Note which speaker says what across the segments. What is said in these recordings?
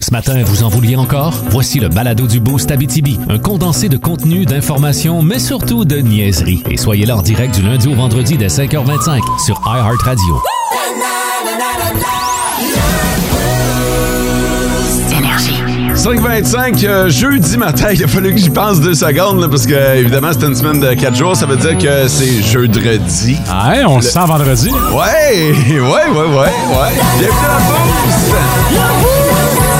Speaker 1: Ce matin, vous en vouliez encore? Voici le balado du beau Stabitibi, un condensé de contenu, d'informations, mais surtout de niaiseries. Et soyez là en direct du lundi au vendredi dès 5h25 sur iHeartRadio.
Speaker 2: Énergie.
Speaker 3: 5h25, euh, jeudi matin, il a fallu que j'y pense deux secondes, là, parce que, évidemment, c'était une semaine de 4 jours, ça veut dire que c'est jeudi.
Speaker 4: Ah ouais, on le sent vendredi.
Speaker 3: Ouais, ouais, ouais, ouais, ouais. Bienvenue à la pause!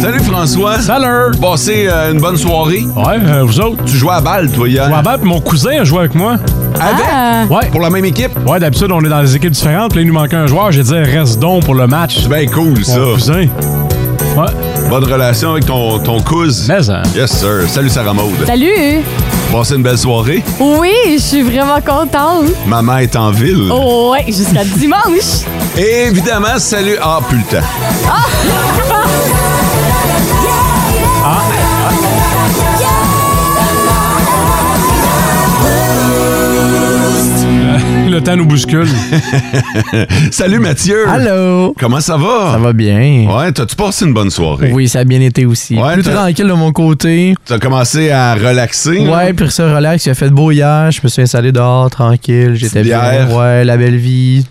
Speaker 3: Salut François.
Speaker 4: Salut!
Speaker 3: Passez euh, une bonne soirée.
Speaker 4: Ouais, euh, vous autres.
Speaker 3: Tu jouais à Ah! balle, toi, hier.
Speaker 4: Je vois Bab, puis mon cousin a joué avec moi.
Speaker 3: Avec?
Speaker 4: Ouais.
Speaker 3: Pour la même équipe?
Speaker 4: Ouais, d'habitude, on est dans des équipes différentes. Là, il nous manquait un joueur. J'ai dit, reste donc pour le match.
Speaker 3: C'est bien Ben, cool, ça.
Speaker 4: Mon cousin. Ouais.
Speaker 3: Bonne relation avec ton, ton cousin.
Speaker 4: Mais, hein.
Speaker 3: Yes, sir. Salut, Sarah Maude.
Speaker 5: Salut!
Speaker 3: Passez une belle soirée.
Speaker 5: Oui, je suis vraiment contente.
Speaker 3: Maman est en ville.
Speaker 5: Oh ouais, jusqu'à dimanche.
Speaker 3: Et évidemment, salut. Ah, plus le temps.
Speaker 4: Euh, Le temps nous bouscule.
Speaker 3: Salut, Mathieu.
Speaker 6: Allô?
Speaker 3: Comment ça va?
Speaker 6: Ça va bien.
Speaker 3: Ouais, t'as-tu passé une bonne soirée?
Speaker 6: Oui, ça a bien été aussi.
Speaker 3: Ouais,
Speaker 6: Plus
Speaker 3: t'as-
Speaker 6: tranquille de mon côté.
Speaker 3: T'as commencé à relaxer? là?
Speaker 6: Ouais, puis ça relax, il a fait beau hier, je me suis installé dehors, tranquille, j'étais
Speaker 3: Bière.
Speaker 6: bien. Ouais, la belle vie.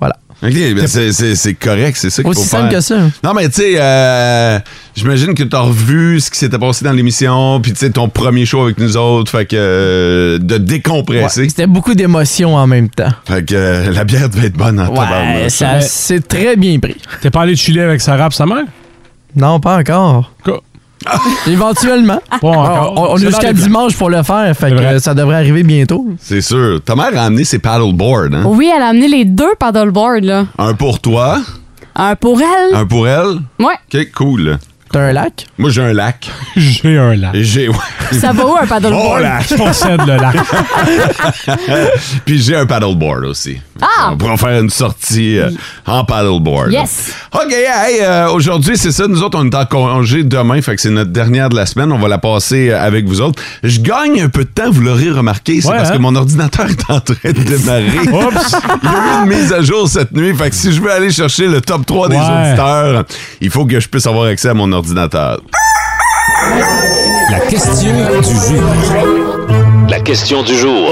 Speaker 6: Voilà.
Speaker 3: OK, ben c'est- c'est c'est correct, c'est ça qu'il faut
Speaker 6: Aussi simple
Speaker 3: faire.
Speaker 6: que ça.
Speaker 3: Non, mais tu sais, euh, j'imagine que t'as revu ce qui s'était passé dans l'émission, puis tu sais, ton premier show avec nous autres, fait que euh, de
Speaker 6: Ouais,
Speaker 3: décompresser.
Speaker 6: C'était beaucoup d'émotions en même temps.
Speaker 3: Fait que euh, la bière devait être bonne en tabarnak.
Speaker 6: Ouais, ça s'est très bien pris.
Speaker 4: T'es pas allé chiller avec Sarah et sa mère?
Speaker 6: Non, pas encore.
Speaker 4: Quoi?
Speaker 6: Éventuellement.
Speaker 4: Pas encore.
Speaker 6: On, on est
Speaker 4: C'est dans
Speaker 6: jusqu'à
Speaker 4: les plans.
Speaker 6: dimanche pour le faire, fait
Speaker 4: C'est
Speaker 6: que
Speaker 4: vrai.
Speaker 6: euh, ça devrait arriver bientôt.
Speaker 3: C'est sûr. Ta mère a amené ses paddleboards,
Speaker 6: Oh.
Speaker 3: hein?
Speaker 5: Oui, elle a amené les deux paddleboards, là.
Speaker 3: Un pour toi,
Speaker 5: Un pour elle.
Speaker 3: un pour elle.
Speaker 5: Ouais.
Speaker 3: OK, cool.
Speaker 6: T'as un lac?
Speaker 3: Moi, j'ai un lac.
Speaker 4: J'ai un lac.
Speaker 3: Et J'ai... ouais.
Speaker 5: Ça va où, un
Speaker 3: Mon
Speaker 5: paddleboard?
Speaker 3: lac!
Speaker 4: Je possède le lac.
Speaker 3: Puis j'ai un paddleboard aussi.
Speaker 5: Ah!
Speaker 3: On pourra faire une sortie euh, en paddleboard.
Speaker 5: Yes.
Speaker 3: OK, hey, euh, aujourd'hui, c'est ça. Nous autres, on est en congé demain. Fait que c'est notre dernière de la semaine. On va la passer euh, avec vous autres. Je gagne un peu de temps, vous l'aurez remarqué. C'est
Speaker 4: Ouais,
Speaker 3: parce
Speaker 4: hein?
Speaker 3: que mon ordinateur est en train de démarrer.
Speaker 4: Oups!
Speaker 3: Il y a eu une mise à jour cette nuit. Fait que si je veux aller chercher le top 3 des
Speaker 4: Ouais.
Speaker 3: auditeurs, il faut que je puisse avoir accès à mon ordinateur.
Speaker 1: La question du jour.
Speaker 7: La question du jour.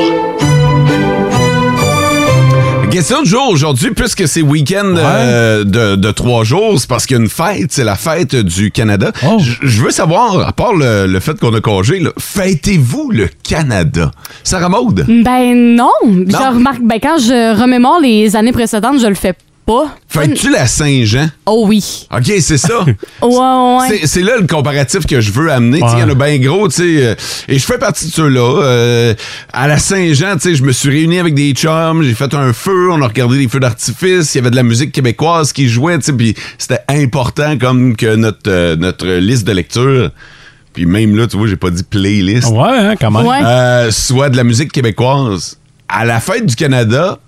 Speaker 3: Question du jour aujourd'hui, puisque c'est week-end euh, de, de trois jours, c'est parce qu'il y a une fête, c'est la fête du Canada.
Speaker 4: Oh.
Speaker 3: J- Je veux savoir, à part le, le fait qu'on a congé, là, fêtez-vous le Canada? Sarah Maude,
Speaker 5: Ben non. Je remarque, ben quand je remémore les années précédentes, je le fais pas.
Speaker 3: fêtes-tu la Saint-Jean?
Speaker 5: Oh oui.
Speaker 3: OK, c'est ça.
Speaker 5: Ouais, ouais, ouais.
Speaker 3: C'est- C'est là le comparatif que je veux amener. Tu sais, Il y en a bien gros, tu sais. euh, et je fais partie de ceux-là. Euh, à la Saint-Jean, tu sais, je me suis réuni avec des chums, j'ai fait un feu, on a regardé des feux d'artifice, il y avait de la musique québécoise qui jouait, tu sais, puis c'était important comme que notre, euh, notre liste de lecture, puis même là, tu vois, j'ai pas dit playlist,
Speaker 4: Ouais, hein, quand même.
Speaker 5: Ouais.
Speaker 3: euh, soit de la musique québécoise. À la fête du Canada,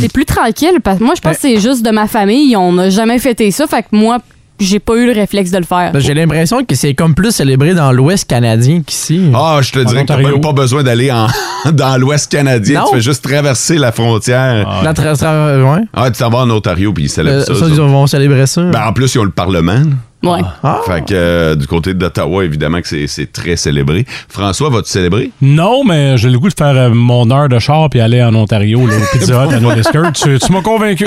Speaker 5: C'est plus tranquille parce que moi, je pense que c'est juste de ma famille. On n'a jamais fêté ça. Fait que moi, j'ai pas eu le réflexe de le faire.
Speaker 6: Ben, J'ai l'impression que c'est comme plus célébré dans l'Ouest canadien qu'ici.
Speaker 3: ah, je te dirais que t'as
Speaker 4: Ontario.
Speaker 3: même pas besoin d'aller en- dans l'Ouest canadien.
Speaker 6: Non.
Speaker 3: Tu fais juste traverser la frontière.
Speaker 6: La tra- tra- ouais.
Speaker 3: Ah, tu t'en vas en Ontario puis ils célèbrent ça.
Speaker 6: Euh, ça,
Speaker 3: ça.
Speaker 6: ils vont célébrer ça.
Speaker 3: Ben, en plus, ils ont le Parlement.
Speaker 5: Ouais.
Speaker 6: Ah.
Speaker 3: Fait que euh, du côté d'Ottawa, évidemment que c'est- c'est très célébré. François, vas-tu célébrer?
Speaker 4: Non, mais j'ai le goût de faire euh, mon heure de char puis aller en Ontario, là, au Pizza Hut, à Nordisker. Tu, tu m'as convaincu.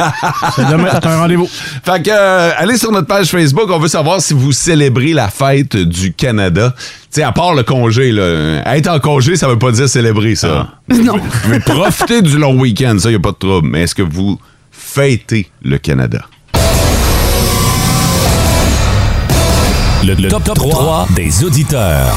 Speaker 4: C'est demain, c'est un rendez-vous.
Speaker 3: Fait que euh, allez sur notre page Facebook, on veut savoir si vous célébrez la fête du Canada. Tu sais, à part le congé, là. euh, Être en congé, ça veut pas dire célébrer, ça.
Speaker 6: Ah.
Speaker 3: Non. Mais profitez du long week-end, ça, y a pas de trouble. Mais est-ce que vous fêtez le Canada?
Speaker 1: Le, le top, 3 des auditeurs.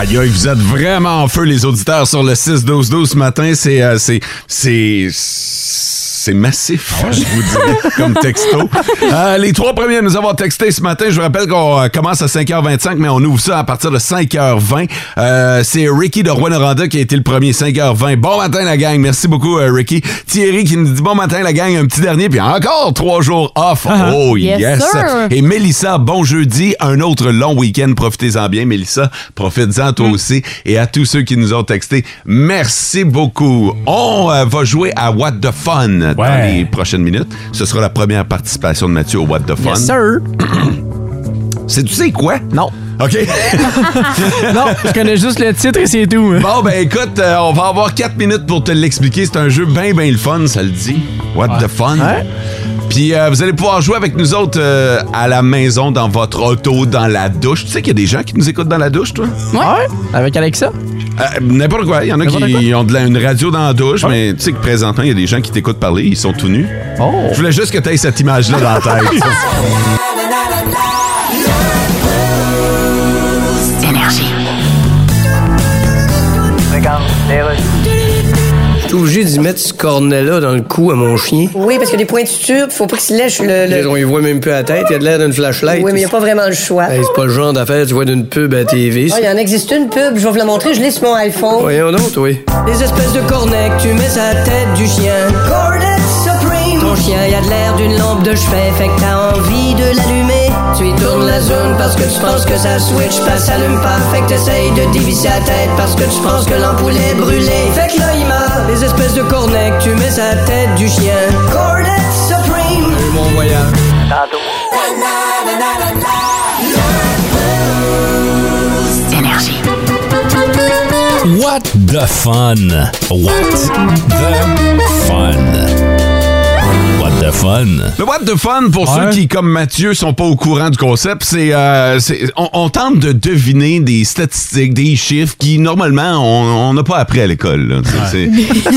Speaker 3: Aïe, aïe, vous êtes vraiment en feu, les auditeurs, sur le 6-12-12 ce matin. C'est. euh, c'est. C'est. c'est massif, je vous dirais, comme texto. Euh, les trois premiers à nous avoir texté ce matin, je vous rappelle qu'on euh, commence à 5h25, mais on ouvre ça à partir de 5h20. Euh, c'est Ricky de Rouen-Noranda qui a été le premier, 5h20. Bon matin, la gang. Merci beaucoup, euh, Ricky. Thierry qui nous dit bon matin, la gang, un petit dernier, puis encore trois jours off. Oh, yes.
Speaker 5: Yes, sir.
Speaker 3: Et Mélissa, bon jeudi, un autre long week-end. Profitez-en bien, Mélissa. Profites-en
Speaker 6: Mm.
Speaker 3: toi aussi. Et à tous ceux qui nous ont texté, merci beaucoup. On euh, va jouer à What the Fun dans
Speaker 4: Ouais.
Speaker 3: les prochaines minutes. Ce sera la première participation de Mathieu au What the Fun.
Speaker 6: Yes, sir.
Speaker 3: C'est tu sais quoi?
Speaker 6: Non.
Speaker 3: OK.
Speaker 6: Non, je connais juste le titre et c'est tout. hein.
Speaker 3: bon, ben écoute, euh, on va avoir quatre minutes pour te l'expliquer. C'est un jeu bien, bien le fun, ça le dit. What the Fun.
Speaker 6: Ouais.
Speaker 3: Puis euh, vous allez pouvoir jouer avec nous autres euh, à la maison, dans votre auto, dans la douche. Tu sais qu'il y a des gens qui nous écoutent dans la douche, toi?
Speaker 6: Ouais. Avec Alexa.
Speaker 3: Euh, N'importe quoi. Il y en a
Speaker 6: N'importe
Speaker 3: qui ont de la- une radio dans la douche, mais tu sais que présentement, il y a des gens qui t'écoutent parler, ils sont tout nus.
Speaker 6: Oh.
Speaker 3: Je voulais juste que tu aies cette image-là dans la tête.
Speaker 2: T'es obligé d'y mettre ce cornet-là dans le cou à mon chien.
Speaker 8: Oui, parce que des points de suture, faut pas qu'il se lèche le. le-
Speaker 2: On y voit même plus à la tête, il y a de l'air d'une flashlight.
Speaker 8: Oui, mais y a pas vraiment le choix.
Speaker 2: Hey, c'est pas le genre d'affaire, tu vois d'une pub à la TV.
Speaker 8: Ah,
Speaker 2: c'est-
Speaker 8: il y en existe une pub, je vais vous la montrer, je laisse mon iPhone.
Speaker 2: Voyons donc, oui.
Speaker 8: Les espèces de cornets que tu mets à la tête du chien. Cornet Supreme. Ton chien, y a de l'air d'une lampe de chevet, fait que t'as envie de l'allumer. Tu y tournes la zone parce que tu penses que ça switch, pas s'allume pas, fait que t'essayes de dévisser la tête parce que tu penses que l'ampoule est brûlée. Fait que là, il meurt. Les espèces de cornets que tu mets à la tête du chien. Cornet Supreme.
Speaker 2: Bon voyage.
Speaker 1: What the fun? What the fun? What the fun?
Speaker 3: Le What the Fun, pour
Speaker 4: Ouais.
Speaker 3: ceux qui, comme Mathieu, sont pas au courant du concept, c'est euh, c'est- on, on tente de deviner des statistiques, des chiffres qui, normalement, on on n'a pas appris à l'école. là. C'est-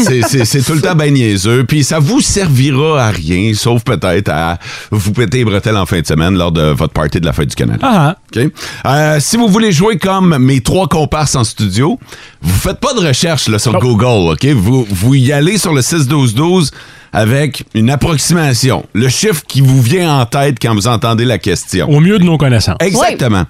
Speaker 3: c'est- C'est c'est tout le temps ben niaiseux. Puis ça vous servira à rien, sauf peut-être à vous péter les bretelles en fin de semaine lors de votre party de la fête du Canada.
Speaker 4: Ah,
Speaker 3: OK? Euh, si vous voulez jouer comme mes trois comparses en studio, vous faites pas de recherche là, sur Google, OK? Vous, vous y allez sur le 6-12-12 avec une approximation, le chiffre qui vous vient en tête quand vous entendez la question.
Speaker 4: au mieux de nos connaissances.
Speaker 3: Exactement.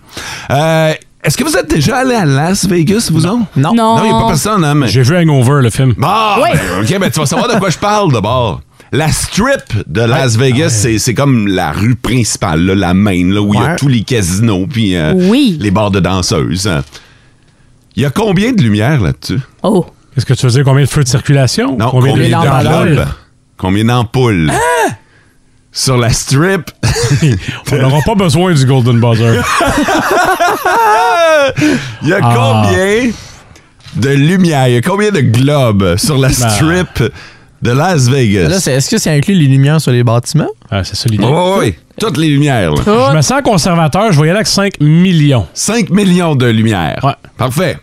Speaker 3: Euh, Est-ce que vous êtes déjà allé à Las Vegas, vous autres?
Speaker 6: Non.
Speaker 5: Non.
Speaker 3: Non, il n'y a pas personne, hein? Mais...
Speaker 4: J'ai vu Hangover, le film.
Speaker 3: Bon,
Speaker 5: Oui.
Speaker 3: ben, OK, ben, tu vas savoir de quoi je parle d'abord. La strip de Las Vegas, c'est- c'est comme la rue principale, là, la main, là, où il y a
Speaker 6: Ouais.
Speaker 3: tous les casinos puis euh,
Speaker 5: Oui.
Speaker 3: les bars de danseuses. hein. Il y a combien de lumières là-dessus?
Speaker 5: Oh.
Speaker 4: Est-ce que tu veux dire combien de feux de circulation?
Speaker 3: Non, combien,
Speaker 4: de
Speaker 5: lampes à
Speaker 3: d'ampoules?
Speaker 5: l'heure?
Speaker 3: Combien d'ampoules? Sur la strip,
Speaker 4: On n'aura pas besoin du Golden Buzzer.
Speaker 3: il y a
Speaker 4: Ah.
Speaker 3: combien de lumières? Il y a combien de globes sur la strip de Las Vegas?
Speaker 6: Là, c'est- est-ce que ça inclut les lumières sur les bâtiments?
Speaker 4: Ah, c'est ça l'idée.
Speaker 3: Oui, oui, oui. Toutes les lumières. là.
Speaker 4: Je me sens conservateur, je voyais là avec 5 millions.
Speaker 3: 5 millions de lumières.
Speaker 4: Ouais.
Speaker 3: Parfait.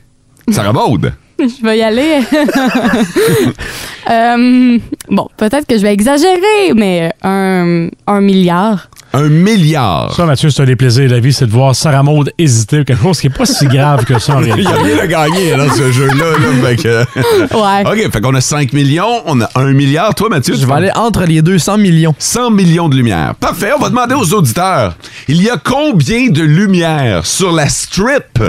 Speaker 3: Ça rebaude.
Speaker 5: Je vais y aller. Euh, bon, peut-être que je vais exagérer, mais euh, un, un milliard.
Speaker 3: Un milliard.
Speaker 4: Ça, Mathieu, c'est un des plaisirs de la vie, c'est de voir Sarah Maud hésiter, quelque chose qui n'est pas si grave que ça en
Speaker 3: Il y
Speaker 4: réalité.
Speaker 3: a rien à gagner dans ce jeu-là. là, fait que-
Speaker 5: Ouais.
Speaker 3: OK, fait qu'on a 5 millions, on a 1 milliard. Toi, Mathieu,
Speaker 6: Je vais aller entre les 200 millions.
Speaker 3: 100 millions de lumières. Parfait, on va demander aux auditeurs. Il y a combien de lumières sur la strip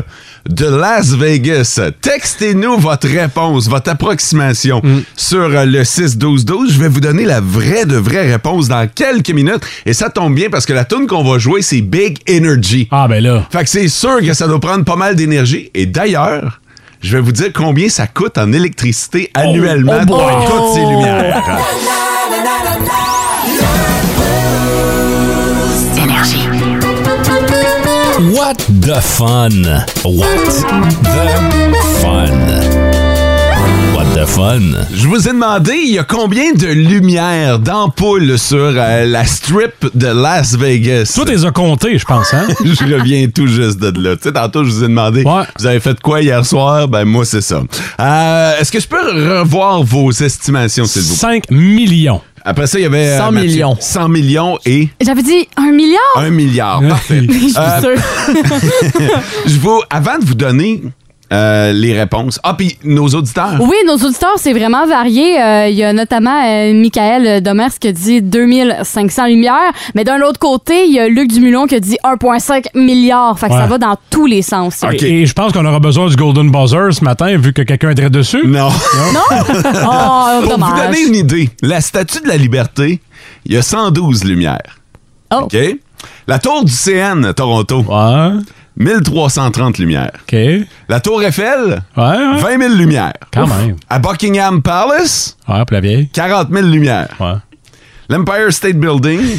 Speaker 3: de Las Vegas? Textez-nous votre réponse, votre approximation
Speaker 6: Mm.
Speaker 3: sur euh, le 6-12-12. Je vais vous donner la vraie de vraie réponse dans quelques minutes. Et ça tombe bien parce que la tune qu'on va jouer, c'est Big Energy.
Speaker 4: Ah, ben là.
Speaker 3: Fait que c'est sûr que ça doit prendre pas mal d'énergie. Et d'ailleurs, je vais vous dire combien ça coûte en électricité annuellement
Speaker 6: oh boy. Oh.
Speaker 3: pour toutes ces lumières.
Speaker 1: What the fun? What the fun? What the fun?
Speaker 3: Je vous ai demandé, il y a combien de lumières d'ampoules sur euh, la strip de Las Vegas?
Speaker 4: Tout les a comptés, je pense, hein?
Speaker 3: je reviens tout juste de là. Tu sais, tantôt, je vous ai demandé,
Speaker 4: Ouais.
Speaker 3: vous avez fait quoi hier soir? Ben, moi, c'est ça. Euh, Est-ce que je peux revoir vos estimations, s'il vous plaît?
Speaker 4: 5 millions.
Speaker 3: Après ça, il y avait... euh,
Speaker 6: 100
Speaker 3: Mathieu,
Speaker 6: millions.
Speaker 3: 100 millions et
Speaker 5: J'avais dit un milliard?
Speaker 3: 1 milliard. Parfait.
Speaker 5: Je suis
Speaker 3: Euh,
Speaker 5: sûre.
Speaker 3: je vous, avant de vous donner euh, les réponses. Ah, puis nos auditeurs.
Speaker 5: Oui, nos auditeurs, c'est vraiment varié. Euh, Il y a notamment euh, Michael Domers qui a dit 2500 lumières, mais d'un autre côté, il y a Luc Dumulon qui a dit 1,5 milliard. Fait que
Speaker 4: Ouais.
Speaker 5: ça va dans tous les sens.
Speaker 3: OK.
Speaker 4: Et, et je pense qu'on aura besoin du Golden Buzzer ce matin, vu que quelqu'un est très dessus.
Speaker 3: Non.
Speaker 5: Non? Oh,
Speaker 3: Pour vous
Speaker 5: dommage.
Speaker 3: donner une idée, la statue de la liberté, il y a 112 lumières.
Speaker 5: Oh.
Speaker 3: OK? La tour du CN à Toronto,
Speaker 4: Ouais.
Speaker 3: 1330 lumières.
Speaker 4: OK. Ouais,
Speaker 3: La tour Eiffel,
Speaker 4: ouais.
Speaker 3: 20 000 lumières.
Speaker 4: Hein? Quand même.
Speaker 3: À Buckingham Palace,
Speaker 4: Ouais, pour la vieille.
Speaker 3: 40 000 lumières.
Speaker 4: Ouais.
Speaker 3: L'Empire State Building,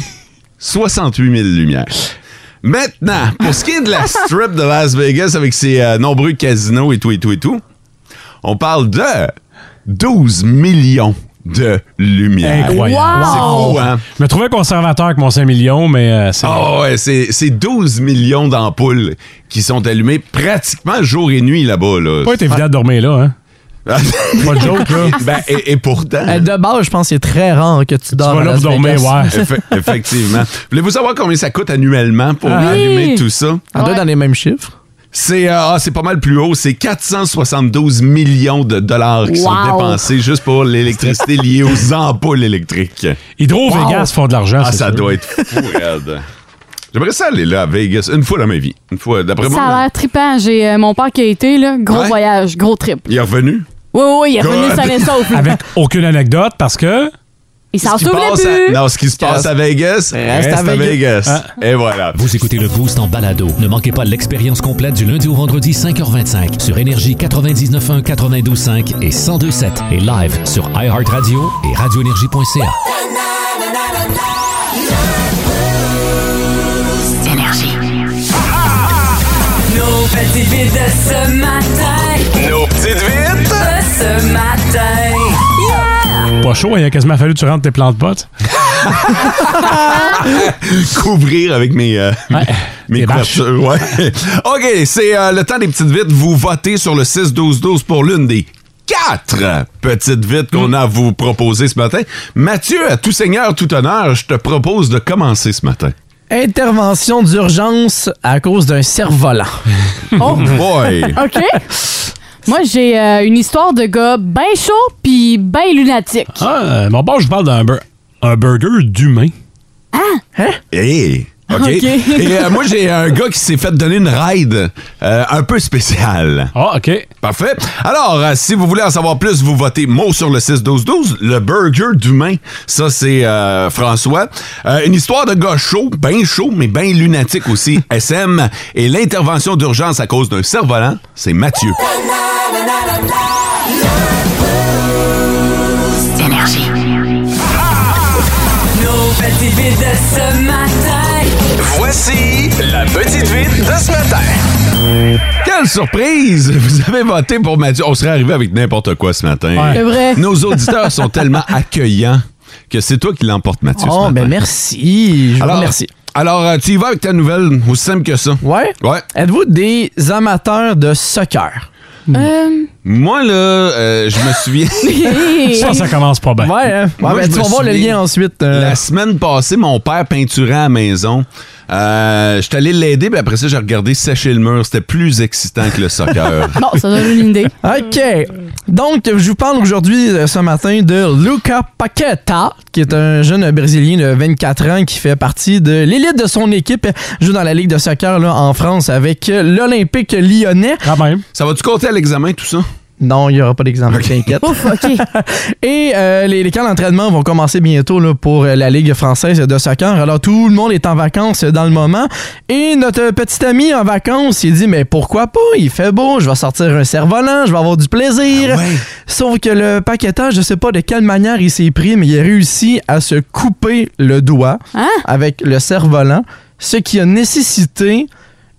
Speaker 3: 68 000 lumières. Maintenant, pour ce qui est de la strip de Las Vegas avec ses euh, nombreux casinos et tout et tout et tout, on parle de 12 millions de lumières.
Speaker 4: Incroyable.
Speaker 3: C'est
Speaker 5: Wow!
Speaker 3: fou, hein?
Speaker 4: Je me trouvais conservateur avec mon 5 millions, mais euh, c'est.
Speaker 3: Ah ouais, c'est c'est 12 millions d'ampoules qui sont allumées pratiquement jour et nuit là-bas. Là.
Speaker 4: pas été évident de dormir là, hein? Pas de joke, là.
Speaker 3: Ben, et, et pourtant.
Speaker 6: Euh, De base, je pense que c'est très rare que tu dors.
Speaker 4: Tu vas
Speaker 6: à
Speaker 4: là
Speaker 6: Las
Speaker 4: pour dormir,
Speaker 6: Vegas.
Speaker 4: ouais.
Speaker 3: effe- effectivement. Voulez-vous savoir combien ça coûte annuellement pour
Speaker 5: Ah.
Speaker 3: allumer
Speaker 5: Oui.
Speaker 3: tout ça?
Speaker 6: On doit être dans les mêmes chiffres.
Speaker 3: C'est euh, ah, c'est pas mal plus haut, c'est 472 millions de dollars qui sont
Speaker 5: Wow.
Speaker 3: dépensés juste pour l'électricité liée aux ampoules électriques.
Speaker 4: Hydro Vegas font de l'argent.
Speaker 3: Ah,
Speaker 4: Ah, c'est
Speaker 3: ça
Speaker 4: sûr.
Speaker 3: doit être fou, raide. J'aimerais ça aller là à Vegas une fois dans ma vie. Une fois, d'après
Speaker 5: Ça
Speaker 3: moi.
Speaker 5: a l'air trippant. J'ai euh, mon père qui a été, là. Gros
Speaker 3: Ouais.
Speaker 5: voyage, gros trip.
Speaker 3: Il est revenu.
Speaker 5: Oui, oui, il est revenu
Speaker 3: God.
Speaker 5: sa sauf. là.
Speaker 4: Avec aucune anecdote parce que.
Speaker 5: Il s'en
Speaker 3: Ce qui
Speaker 5: souvenait
Speaker 3: passe à-
Speaker 5: plus.
Speaker 3: Non, ce qui se passe à Vegas reste, à Vegas. Ah. Et voilà.
Speaker 1: Vous écoutez le Boost en balado. Ne manquez pas l'expérience complète du lundi au vendredi 5h25 sur Énergie 99.1, 92.5 et 102.7 et live sur iHeartRadio et radioénergie.ca.
Speaker 9: Nos petites vites de ce matin.
Speaker 3: Nos petites vites.
Speaker 9: De ce matin.
Speaker 4: Pas chaud, hein, il a quasiment fallu que tu rentres tes plantes potes.
Speaker 3: Couvrir avec mes, euh,
Speaker 4: Ouais.
Speaker 3: mes
Speaker 4: Tes bâches.
Speaker 3: couvertures. Ouais. OK, c'est euh, le temps des petites vites. Vous votez sur le 6-12-12 pour l'une des quatre petites vites qu'on a à vous proposer ce matin. Mathieu, à tout seigneur, tout honneur, je te propose de commencer ce matin.
Speaker 6: Intervention d'urgence à cause d'un cerf-volant.
Speaker 3: Oh boy!
Speaker 5: OK. Moi, j'ai euh, une histoire de gars ben chaud puis ben lunatique.
Speaker 4: Ah, mon bon, je vous parle d'un bur- un burger d'humain.
Speaker 3: Hey! OK.
Speaker 5: OK.
Speaker 3: Et euh, moi, j'ai un gars qui s'est fait donner une ride euh, un peu spéciale.
Speaker 4: Ah, OK.
Speaker 3: Parfait. Alors, euh, si vous voulez en savoir plus, vous votez mot sur le 6-12-12. Le burger d'humain, ça c'est euh, François. Euh, une histoire de gars chaud, bien chaud, mais bien lunatique aussi, SM. Et l'intervention d'urgence à cause d'un cerf-volant, c'est Mathieu.
Speaker 9: Nos petites vites de ce matin.
Speaker 10: Voici la petite vite de ce matin.
Speaker 3: Quelle surprise! Vous avez voté pour Mathieu. On serait arrivé avec n'importe quoi ce matin.
Speaker 5: C'est vrai.
Speaker 3: Nos auditeurs sont tellement accueillants que c'est toi qui l'emporte, Mathieu. ce
Speaker 6: Oh,
Speaker 3: matin.
Speaker 6: ben Ah, merci. Je vous remercie.
Speaker 3: Alors, euh, tu y vas avec ta nouvelle, aussi simple que ça.
Speaker 6: Ouais?
Speaker 3: Ouais.
Speaker 6: Êtes-vous des amateurs de soccer?
Speaker 5: Euh,
Speaker 3: Moi, là, euh, je me souviens,
Speaker 4: Ça, ça commence pas bien.
Speaker 6: Ouais, hein? Ouais,
Speaker 3: Moi,
Speaker 6: ben,
Speaker 3: je
Speaker 6: tu
Speaker 3: me
Speaker 6: vas voir le
Speaker 3: souviens-
Speaker 6: lien ensuite. euh,
Speaker 3: la semaine passée, mon père peinturait à la maison. Euh, je suis allé l'aider, puis après ça, j'ai regardé sécher le mur. C'était plus excitant que le soccer.
Speaker 5: bon, ça donne une idée.
Speaker 6: OK. Donc, je vous parle aujourd'hui, euh, ce matin, de Luca Paqueta, qui est un jeune Brésilien de 24 ans qui fait partie de l'élite de son équipe. Il joue dans la Ligue de soccer là, en France avec euh, l'Olympique lyonnais.
Speaker 4: Quand même.
Speaker 3: ça va-tu compter à l'examen, tout ça?
Speaker 6: Non, il n'y aura pas d'exemple, t'inquiète.
Speaker 5: Ouf, OK.
Speaker 6: Et euh, les, les camps d'entraînement vont commencer bientôt là, pour euh, la Ligue française de soccer. Alors, tout le monde est en vacances euh, dans le moment. Et notre euh, petit ami en vacances, il dit Mais pourquoi pas Il fait beau, je vais sortir un cerf-volant, je vais avoir du
Speaker 1: Ah
Speaker 6: plaisir. Sauf que le paquetage, je sais pas de quelle manière il s'est pris, mais il a réussi à se couper le doigt
Speaker 5: Hein?
Speaker 6: avec le cerf-volant, ce qui a nécessité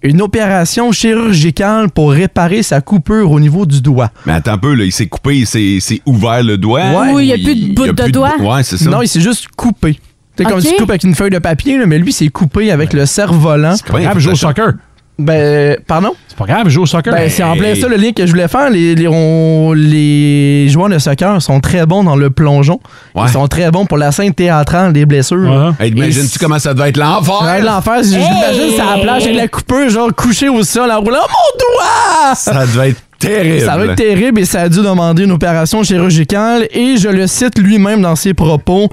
Speaker 6: une opération chirurgicale pour réparer sa coupure au niveau du doigt.
Speaker 3: Mais attends un peu, là, il s'est coupé, il s'est, il s'est ouvert le doigt.
Speaker 5: Ouais. Oui, il y a plus de
Speaker 3: y
Speaker 5: bout de
Speaker 3: plus
Speaker 5: doigt.
Speaker 3: Ouais, c'est ça.
Speaker 6: Non, il s'est juste coupé. C'est comme
Speaker 5: Ok.
Speaker 6: si tu coupes avec une feuille de papier, là, mais lui, c'est coupé avec le cerf-volant.
Speaker 3: Ben, C'est quand même
Speaker 4: Grave, joue au
Speaker 3: intéressant.
Speaker 4: soccer.
Speaker 6: Ben, pardon?
Speaker 4: C'est pas grave, joue au soccer.
Speaker 6: Ben, c'est en plein
Speaker 3: Hey.
Speaker 6: ça le lien que je voulais faire. Les, les, on- les joueurs de soccer sont très bons dans le plongeon.
Speaker 3: Ouais.
Speaker 6: Ils sont très bons pour la scène théâtrale des blessures.
Speaker 4: Ouais. hein.
Speaker 3: Hey, imagines-tu comment ça devait être l'enfer?
Speaker 6: Ouais, l'enfer, j'imagine, c'est à la plage avec la coupeuse, genre couché au sol en roulant. Oh, mon doigt!
Speaker 3: Ça devait être terrible.
Speaker 6: Ça va être terrible et ça a dû demander une opération chirurgicale. Et je le cite lui-même dans ses propos.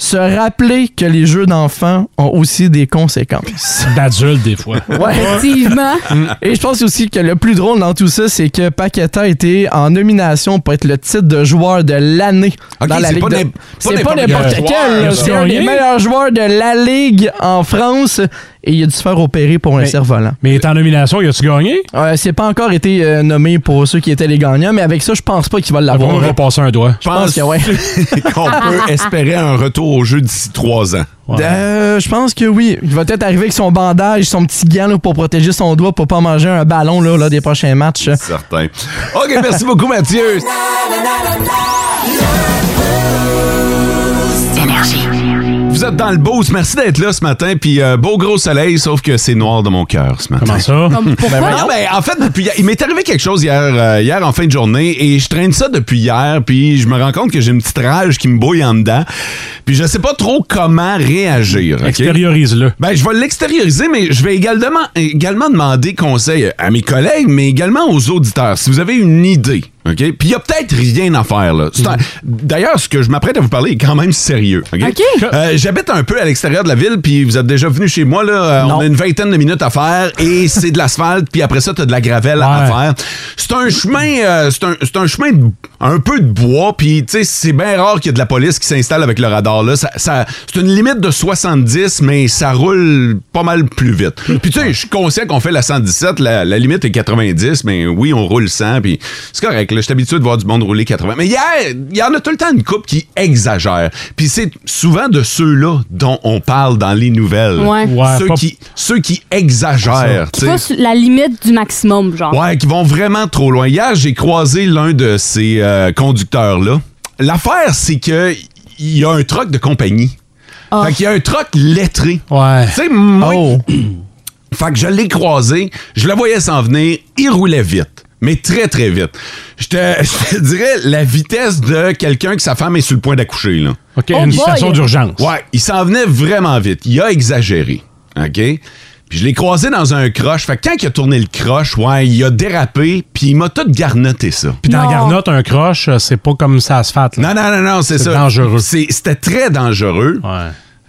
Speaker 6: Se rappeler que les jeux d'enfants ont aussi des conséquences.
Speaker 4: D'adultes, des fois.
Speaker 6: Ouais.
Speaker 5: Effectivement.
Speaker 6: Et je pense aussi que le plus drôle dans tout ça, c'est que Paqueta a été en nomination pour être le titre de joueur de l'année
Speaker 3: Ok,
Speaker 6: dans la
Speaker 3: c'est
Speaker 6: Ligue
Speaker 3: pas
Speaker 6: de-
Speaker 3: n'im- pas
Speaker 6: C'est pas
Speaker 3: n'importe
Speaker 6: n'importe
Speaker 3: quel
Speaker 6: quel.
Speaker 3: joueur,
Speaker 6: là.
Speaker 3: là.
Speaker 6: C'est un des
Speaker 4: Gagné.
Speaker 6: meilleurs joueurs de la Ligue en France et il a dû se faire opérer pour un cerf-volant.
Speaker 4: Mais il est en nomination, il a-tu gagné?
Speaker 6: Euh, c'est pas encore été euh, nommé pour ceux qui étaient les gagnants, mais avec ça, je pense pas qu'il va
Speaker 4: On
Speaker 6: l'avoir.
Speaker 4: va passer un doigt.
Speaker 6: Je pense que ouais.
Speaker 3: qu'on peut espérer un retour au jeu d'ici trois ans.
Speaker 6: Euh, je pense que oui. Il va peut-être arriver avec son bandage, son petit gant là, pour protéger son doigt pour pas manger un ballon là, là, des prochains matchs.
Speaker 3: Certain. OK, merci beaucoup, Mathieu. Vous êtes dans le boost. Merci d'être là ce matin. Puis euh, beau gros soleil, sauf que c'est noir de mon cœur ce matin.
Speaker 4: Comment ça?
Speaker 5: Comme,
Speaker 6: Ben
Speaker 5: pourquoi?
Speaker 3: Non, mais en fait, depuis hier- il m'est arrivé quelque chose hier, euh, hier en fin de journée et je traîne ça depuis hier, puis je me rends compte que j'ai une petite rage qui me bouille en dedans, puis je sais pas trop comment réagir. ok?
Speaker 4: Extériorise-le.
Speaker 3: Ben, je vais l'extérioriser, mais je vais également, également demander conseil à mes collègues, mais également aux auditeurs. Si vous avez une idée, OK? Puis il y a peut-être rien à faire, là. C'est un- D'ailleurs, ce que je m'apprête à vous parler est quand même sérieux, OK?
Speaker 5: OK.
Speaker 3: Euh, J'habite un peu à l'extérieur de la ville, puis vous êtes déjà venu chez moi, là. Euh, on a une vingtaine de minutes à faire, et c'est de l'asphalte, puis après ça, t'as de la gravelle à
Speaker 4: Ouais.
Speaker 3: faire faire. C'est un chemin, euh, c'est un, c'est un chemin de- un peu de bois, puis tu sais, c'est bien rare qu'il y ait de la police qui s'installe avec le radar là. Ça, ça- c'est une limite de 70, mais ça roule pas mal plus vite. Puis tu sais, je suis conscient qu'on fait la 117, la, la limite est 90, mais oui, on roule 100, puis c'est correct. là. Je suis habitué de voir du monde rouler 80, mais il y, a- il y en a tout le temps une coupe qui exagère. Puis c'est souvent de ceux-là dont on parle dans les nouvelles.
Speaker 5: Ouais.
Speaker 4: Ouais,
Speaker 3: ceux,
Speaker 4: pas-
Speaker 3: qui, ceux qui exagèrent. tu
Speaker 5: Qui
Speaker 3: sais.
Speaker 5: pousse la limite du maximum, genre.
Speaker 3: Ouais, qui vont vraiment trop loin. Hier, j'ai croisé l'un de ces euh, conducteurs-là. L'affaire, c'est que il y a un truck de compagnie.
Speaker 5: Ah.
Speaker 3: Fait qu'il y a un truck lettré.
Speaker 4: Ouais.
Speaker 3: Tu sais, moi,
Speaker 6: Oh.
Speaker 3: fait que je l'ai croisé, je le voyais s'en venir, il roulait vite. Mais très, très vite. Je te, je te dirais la vitesse de quelqu'un que sa femme est sur le point d'accoucher, là.
Speaker 4: OK,
Speaker 5: Oh
Speaker 4: une
Speaker 5: boy.
Speaker 4: situation d'urgence.
Speaker 3: Ouais, il s'en venait vraiment vite. Il a exagéré. OK? Puis je l'ai croisé dans un croche. Fait que quand il a tourné le croche, ouais, il a dérapé, puis il m'a tout garnoté ça.
Speaker 4: Puis dans
Speaker 5: Non.
Speaker 4: Garnotte, un croche, euh, c'est pas comme ça se fait.
Speaker 3: Non, non, non, non, c'est
Speaker 4: C'est
Speaker 3: ça.
Speaker 4: dangereux.
Speaker 3: C'est- C'était très dangereux.
Speaker 4: Ouais.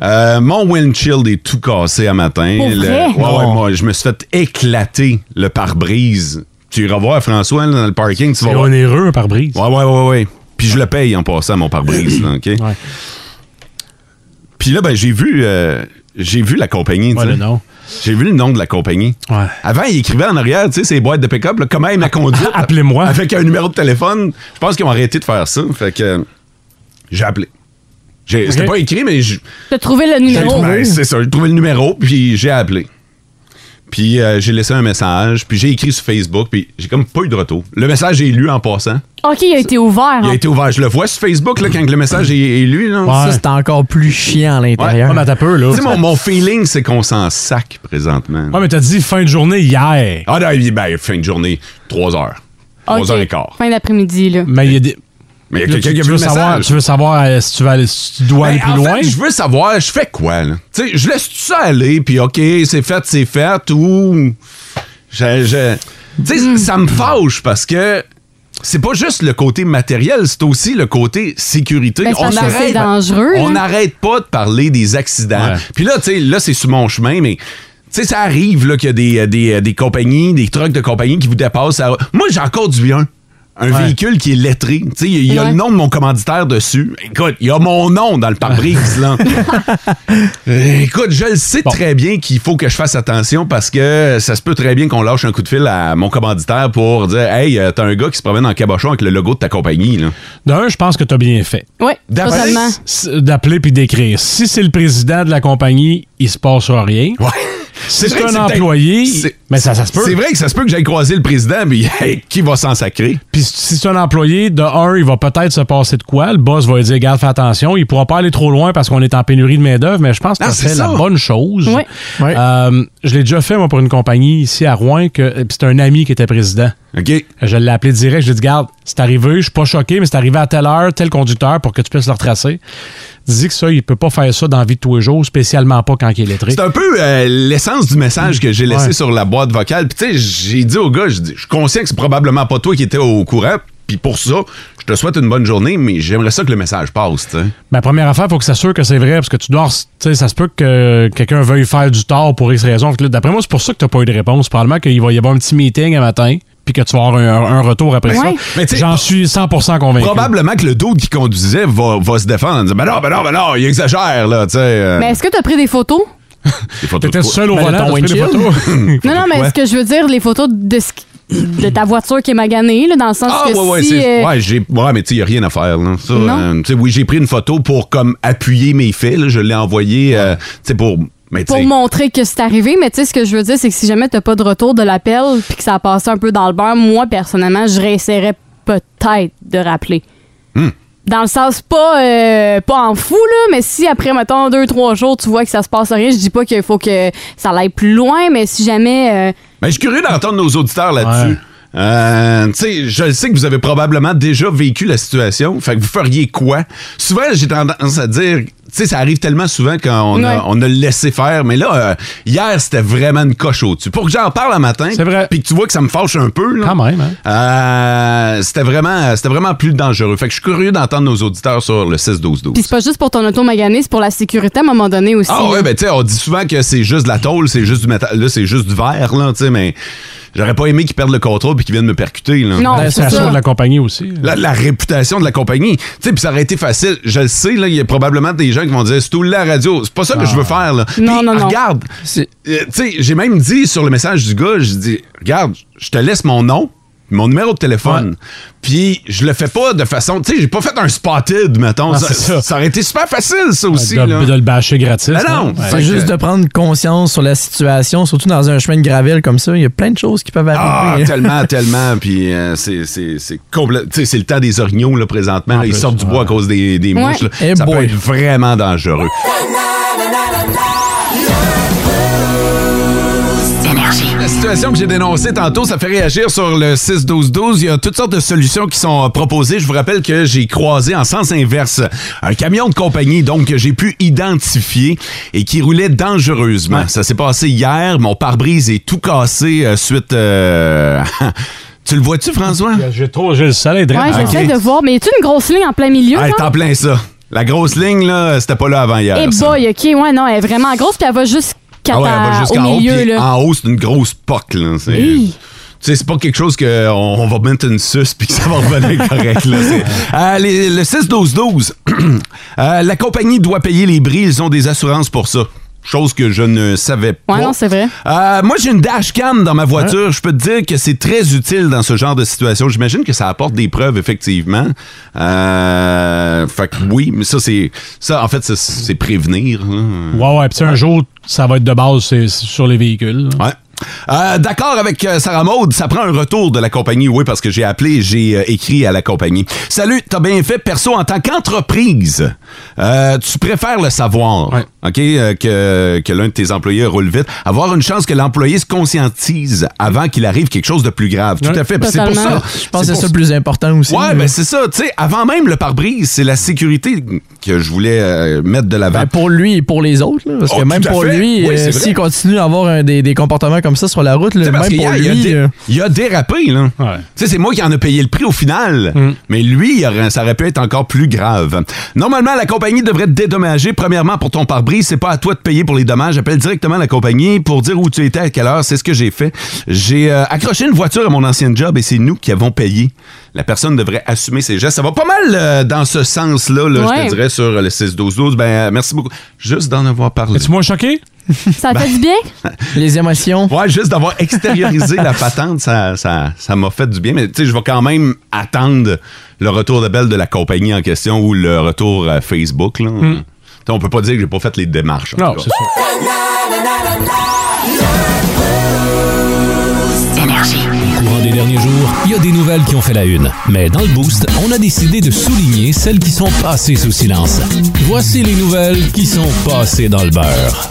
Speaker 3: Euh, mon windshield est tout cassé à matin.
Speaker 5: Pour
Speaker 3: Le-
Speaker 5: vrai?
Speaker 3: ouais, ouais, moi, je me suis fait éclater le pare-brise. Tu iras voir François là, dans le parking, tu vas
Speaker 4: C'est
Speaker 3: voir.
Speaker 4: onéreux par brise.
Speaker 3: Ouais, ouais, ouais, ouais. Puis je le paye en passant mon pare-brise, là, OK?
Speaker 4: Ouais.
Speaker 3: Puis là, ben, j'ai vu, euh, j'ai vu la compagnie. tu
Speaker 4: Ouais,
Speaker 3: sais.
Speaker 4: le nom.
Speaker 3: J'ai vu le nom de la compagnie.
Speaker 4: Ouais.
Speaker 3: Avant, il écrivait en arrière, tu sais, ces boîtes de pick-up, là, comment il m'a conduite.
Speaker 4: Appelez-moi.
Speaker 3: Avec un numéro de téléphone. Je pense qu'ils ont arrêté de faire ça. Fait que euh, j'ai appelé. J'ai- C'était
Speaker 4: Ok.
Speaker 3: pas écrit, mais j-
Speaker 5: T'as trouvé le
Speaker 3: j'ai
Speaker 5: numéro.
Speaker 3: trouvé, c'est ça, j'ai trouvé le numéro, puis j'ai appelé. Puis euh, j'ai laissé un message, puis j'ai écrit sur Facebook, puis j'ai comme pas eu de retour. Le message est lu en passant.
Speaker 5: OK, il a été ouvert.
Speaker 3: Il
Speaker 5: hein.
Speaker 3: a été ouvert. Je le vois sur Facebook, là, quand le message est, est lu. Là.
Speaker 6: Ça, c'est encore plus chiant à l'intérieur.
Speaker 4: Ouais, mais t'as peu, là.
Speaker 3: Tu sais, mon, mon feeling, c'est qu'on s'en sac présentement.
Speaker 4: Ouais, mais t'as dit fin de journée hier.
Speaker 3: Ah non, il- ben, fin de journée, 3 heures. 3
Speaker 5: OK.
Speaker 3: heures et quart. Mm.
Speaker 5: Fin d'après-midi, là.
Speaker 4: Mais il y a des.
Speaker 3: Mais il y a
Speaker 4: Là,
Speaker 3: quelqu'un
Speaker 4: tu-
Speaker 3: qui a vu
Speaker 4: tu veux
Speaker 3: le
Speaker 4: savoir,
Speaker 3: message.
Speaker 4: tu veux savoir euh, si tu, vas aller- si tu dois aller
Speaker 3: Ben,
Speaker 4: plus
Speaker 3: en
Speaker 4: loin?
Speaker 3: fait, je veux savoir, je fais quoi, là? Tu sais, je laisse tout ça aller, puis OK, c'est fait, c'est fait, ou... Je, je- Tu
Speaker 4: Hmm.
Speaker 3: sais, ça me fâche, parce que c'est pas juste le côté matériel, c'est aussi le côté sécurité.
Speaker 5: Ben, c'est parce que c'est
Speaker 3: arrête-
Speaker 5: dangereux, hein.
Speaker 3: On
Speaker 5: là.
Speaker 3: n'arrête pas de parler des accidents.
Speaker 4: Ouais.
Speaker 3: Puis là, tu sais, là, c'est sur mon chemin, mais... Tu sais, ça arrive là, qu'il y a des, euh, des, euh, des compagnies, des trucks de compagnie qui vous dépassent. à- Moi, j'ai encore du bien. Un
Speaker 4: Ouais.
Speaker 3: véhicule qui est lettré. Tu sais, il y a
Speaker 5: Ouais.
Speaker 3: le nom de mon commanditaire dessus. Écoute, il y a mon nom dans le pare-brise, là. Euh, Écoute, je le sais très bien qu'il faut que je fasse attention parce que ça se peut très bien qu'on lâche un coup de fil à mon commanditaire pour dire Hey, euh, t'as un gars qui se promène en cabochon avec le logo de ta compagnie, là.
Speaker 4: D'un, je pense que t'as bien fait.
Speaker 5: Oui,
Speaker 3: D'après-
Speaker 5: totalement.
Speaker 4: S- D'appeler puis d'écrire. Si c'est le président de la compagnie, il se passe rien.
Speaker 3: Ouais.
Speaker 4: Si
Speaker 3: vrai
Speaker 4: c'est
Speaker 3: que
Speaker 4: un
Speaker 3: peut-être-
Speaker 4: employé,
Speaker 3: c'est-
Speaker 4: mais ça, ça se peut.
Speaker 3: C'est vrai que ça se peut que j'aille croiser le président, mais hey, qui va s'en sacrer?
Speaker 4: Puis si c'est un employé, de un, il va peut-être se passer de quoi. Le boss va lui dire, garde, fais attention. Il pourra pas aller trop loin parce qu'on est en pénurie de main-d'œuvre, mais je pense que
Speaker 3: Ah,
Speaker 4: ça
Speaker 3: c'est
Speaker 4: fait la
Speaker 3: ça.
Speaker 4: bonne chose.
Speaker 5: Oui.
Speaker 6: Oui.
Speaker 4: Euh, je l'ai déjà fait, moi, pour une compagnie ici à Rouen, que puis c'était un ami qui était président.
Speaker 3: OK.
Speaker 4: Je l'ai appelé direct. J'ai dit, garde, c'est arrivé, je suis pas choqué, mais c'est arrivé à telle heure, tel conducteur pour que tu puisses le retracer. Dis que ça, il peut pas faire ça dans la vie de tous les jours, spécialement pas quand il est lettré.
Speaker 3: C'est un peu euh, l'essence du message que j'ai laissé sur la boîte vocale. Puis tu sais, j'ai dit au gars, je dis, je suis conscient que c'est probablement pas toi qui étais au courant. Puis pour ça, je te souhaite une bonne journée, mais j'aimerais ça que le message passe, tu sais.
Speaker 4: Ma première affaire, faut que ça s'assure que c'est vrai, parce que tu dois. en- Tu sais, ça se peut que quelqu'un veuille faire du tort pour X raison. Fait que là, D'après moi, c'est pour ça que t'as pas eu de réponse. Probablement qu'il va y avoir un petit meeting un matin, puis que tu vas avoir un, un retour après
Speaker 3: Ouais. Mais
Speaker 4: ça.
Speaker 3: t'sais,
Speaker 4: J'en suis 100% convaincu.
Speaker 3: Probablement que le doute qui conduisait va, va se défendre. en disant, Ben non, ben non, ben non, il exagère, là, tu sais. euh,
Speaker 5: Mais est-ce que tu as pris des photos?
Speaker 3: des photos de
Speaker 4: T'étais
Speaker 3: quoi?
Speaker 4: seul au
Speaker 3: Ben,
Speaker 4: volant,
Speaker 3: ton
Speaker 4: t'as pris des
Speaker 3: windshield? Ben,
Speaker 5: Non, non, mais
Speaker 3: Ouais.
Speaker 5: ce que je veux dire, les photos de, ce qui- de ta voiture qui est maganée, là, dans le sens
Speaker 3: Ah,
Speaker 5: que
Speaker 3: ouais, ouais,
Speaker 5: si...
Speaker 3: c'est-
Speaker 5: euh,
Speaker 3: ouais, j'ai- ouais, mais tu sais, il n'y a rien à faire. là. Ça,
Speaker 5: Non.
Speaker 3: euh, tu sais, oui, j'ai pris une photo pour comme appuyer mes faits. là. Je l'ai envoyé euh, tu sais, pour. Mais, tu
Speaker 5: pour
Speaker 3: sais,
Speaker 5: montrer que c'est arrivé, mais tu sais, ce que je veux dire, c'est que si jamais t'as pas de retour de l'appel puis que ça a passé un peu dans le beurre, moi, personnellement, je réessayerais peut-être de rappeler.
Speaker 3: Hmm.
Speaker 5: Dans le sens, pas, euh, pas en fou, là, mais si après, mettons, deux, trois jours, tu vois que ça se passe rien, je dis pas qu'il faut que ça aille plus loin, mais si jamais... euh,
Speaker 3: Ben, je suis curieux d'entendre nos auditeurs là-dessus. Euh, tu sais, je le sais que vous avez probablement déjà vécu la situation. Fait que vous feriez quoi? Souvent, j'ai tendance à dire, tu sais, ça arrive tellement souvent quand on,
Speaker 5: Ouais.
Speaker 3: a, on a le laissé faire. Mais là, euh, hier, c'était vraiment une coche au-dessus. Pour que j'en parle un matin, puis que tu vois que ça me fâche un peu. là,
Speaker 4: Quand même, hein?
Speaker 3: euh, c'était vraiment, c'était vraiment plus dangereux. Fait que je suis curieux d'entendre nos auditeurs sur le 6-12-12.
Speaker 5: Puis c'est pas juste pour ton auto magané, c'est pour la sécurité à un moment donné aussi.
Speaker 3: Ah ouais, ben tu sais, on dit souvent que c'est juste de la tôle, c'est juste du métal, là c'est juste du verre, là, tu sais, mais j'aurais pas aimé qu'ils perdent le contrôle puis qu'ils viennent me percuter, là.
Speaker 4: Ben, ça assure de la compagnie aussi. hein.
Speaker 3: La, la réputation de la compagnie. Tu sais, puis ça aurait été facile. Je le sais, là, il y a probablement des gens qui vont dire, c'est tout la radio. C'est pas ça que je veux
Speaker 4: Ah.
Speaker 3: faire, là.
Speaker 5: Non,
Speaker 3: Puis,
Speaker 5: non, non.
Speaker 3: Regarde, euh, tu sais, j'ai même dit sur le message du gars, j'ai dit, regarde, je te laisse mon nom, mon numéro de téléphone. Puis je le fais pas de façon, tu sais, j'ai pas fait un spotted, mettons.
Speaker 4: Non,
Speaker 3: ça,
Speaker 4: c'est ça.
Speaker 3: ça aurait été super facile, ça aussi.
Speaker 4: de,
Speaker 3: là.
Speaker 4: de le bâcher gratis.
Speaker 3: Ben non,
Speaker 4: Ouais.
Speaker 3: Fait
Speaker 6: C'est
Speaker 3: que-
Speaker 6: juste de prendre conscience sur la situation, surtout dans un chemin de gravelle comme ça. Il y a plein de choses qui peuvent
Speaker 3: Ah,
Speaker 6: arriver.
Speaker 3: tellement, tellement. Puis euh, c'est- c'est c'est complè- tu sais, c'est le temps des orignaux, là, présentement. Ils sortent du bois à cause des, des
Speaker 6: Ouais.
Speaker 3: mouches. là.
Speaker 6: Eh
Speaker 3: Ça peut
Speaker 6: boy.
Speaker 3: être vraiment dangereux. La situation que j'ai dénoncée tantôt, ça fait réagir sur le 6-12-12. Il y a toutes sortes de solutions qui sont euh, proposées. Je vous rappelle que j'ai croisé en sens inverse un camion de compagnie, donc que j'ai pu identifier et qui roulait dangereusement. Ça s'est passé hier. Mon pare-brise est tout cassé euh, suite... euh, tu le vois-tu, François?
Speaker 4: J'ai trop... J'ai le soleil Ah,
Speaker 5: Ouais, j'essaie de voir, mais y a-tu une grosse ligne en plein milieu?
Speaker 3: Ah, elle
Speaker 5: genre?
Speaker 3: est en plein ça. La grosse ligne, là, c'était pas là avant hier.
Speaker 5: Eh
Speaker 3: ça.
Speaker 5: boy, ok, ouais, non, elle est vraiment grosse, puis elle va jusqu'à
Speaker 3: Ah ouais, elle va
Speaker 5: ta-
Speaker 3: jusqu'en
Speaker 5: au
Speaker 3: haut,
Speaker 5: milieu,
Speaker 3: puis
Speaker 5: là.
Speaker 3: En haut, c'est une grosse poque, là. C'est,
Speaker 5: Hi.
Speaker 3: Tu sais, c'est pas quelque chose qu'on on va mettre une suce puis que ça va revenir correct. Là. C'est- Euh, les- le 6-12-12, euh, la compagnie doit payer les bris, ils ont des assurances pour ça. Chose que je ne savais pas.
Speaker 5: Ouais, non, c'est vrai.
Speaker 3: Euh, moi, j'ai une dashcam dans ma voiture. Je peux te dire que c'est très utile dans ce genre de situation. J'imagine que ça apporte des preuves, effectivement. Euh, fait que oui, mais ça, c'est. Ça, en fait, c'est- c'est prévenir. hein. là.
Speaker 4: Ouais, ouais. Puis tu sais, un jour, ça va être de base c'est- c'est sur les véhicules.
Speaker 3: Ouais. Euh, D'accord avec euh, Sarah Maud, ça prend un retour de la compagnie, oui, parce que j'ai appelé, j'ai euh, écrit à la compagnie. Salut, t'as bien fait, perso, en tant qu'entreprise, euh, tu préfères le savoir, ok, euh, que, que l'un de tes employés roule vite, avoir une chance que l'employé se conscientise avant qu'il arrive quelque chose de plus grave. Tout à fait, Puis c'est pour ça.
Speaker 6: Je pense que c'est
Speaker 3: pour
Speaker 6: ça le plus important aussi.
Speaker 3: Ouais, ben c'est ça, tu sais, avant même le pare-brise, c'est la sécurité que je voulais euh, mettre de l'avant.
Speaker 6: Ben, pour lui et pour les autres, là, parce
Speaker 3: Oh,
Speaker 6: que même
Speaker 3: tout à
Speaker 6: pour
Speaker 3: fait.
Speaker 6: lui,
Speaker 3: Oui,
Speaker 6: euh,
Speaker 3: c'est vrai.
Speaker 6: s'il continue à avoir un- des, des comportements comme ça sur la route, là,
Speaker 3: Tu sais,
Speaker 6: même
Speaker 3: parce
Speaker 6: pour
Speaker 3: qu'il a-
Speaker 6: lui,
Speaker 3: il, a dé-
Speaker 6: euh,
Speaker 3: il a dérapé, là. Tu sais, c'est moi qui en ai payé le prix au final. Mais lui, il aurait- ça aurait pu être encore plus grave. Normalement, la compagnie devrait te dédommager. Premièrement, pour ton pare-brise, c'est pas à toi de payer pour les dommages. Appelle directement la compagnie pour dire où tu étais, à quelle heure. C'est ce que j'ai fait. J'ai euh, accroché une voiture à mon ancien job et c'est nous qui avons payé. La personne devrait assumer ses gestes. Ça va pas mal euh, dans ce sens-là, là,
Speaker 5: Ouais.
Speaker 3: je te dirais, sur le 6-12-12. Ben, euh, merci beaucoup. Juste d'en avoir parlé.
Speaker 4: Es-tu moins choqué?
Speaker 5: Ça fait du bien?
Speaker 6: les émotions.
Speaker 3: Ouais, juste d'avoir extériorisé la patente, ça ça- ça m'a fait du bien. Mais tu sais, je vais quand même attendre le retour de belle de la compagnie en question ou le retour à Facebook. Là. Tu sais, On peut pas dire que j'ai pas fait les démarches. en
Speaker 4: Non,
Speaker 3: tout cas.
Speaker 4: c'est ça.
Speaker 1: Au courant des derniers jours, il y a des nouvelles qui ont fait la une. Mais dans le Boost, on a décidé de souligner celles qui sont passées sous silence. Voici les nouvelles qui sont passées dans le beurre.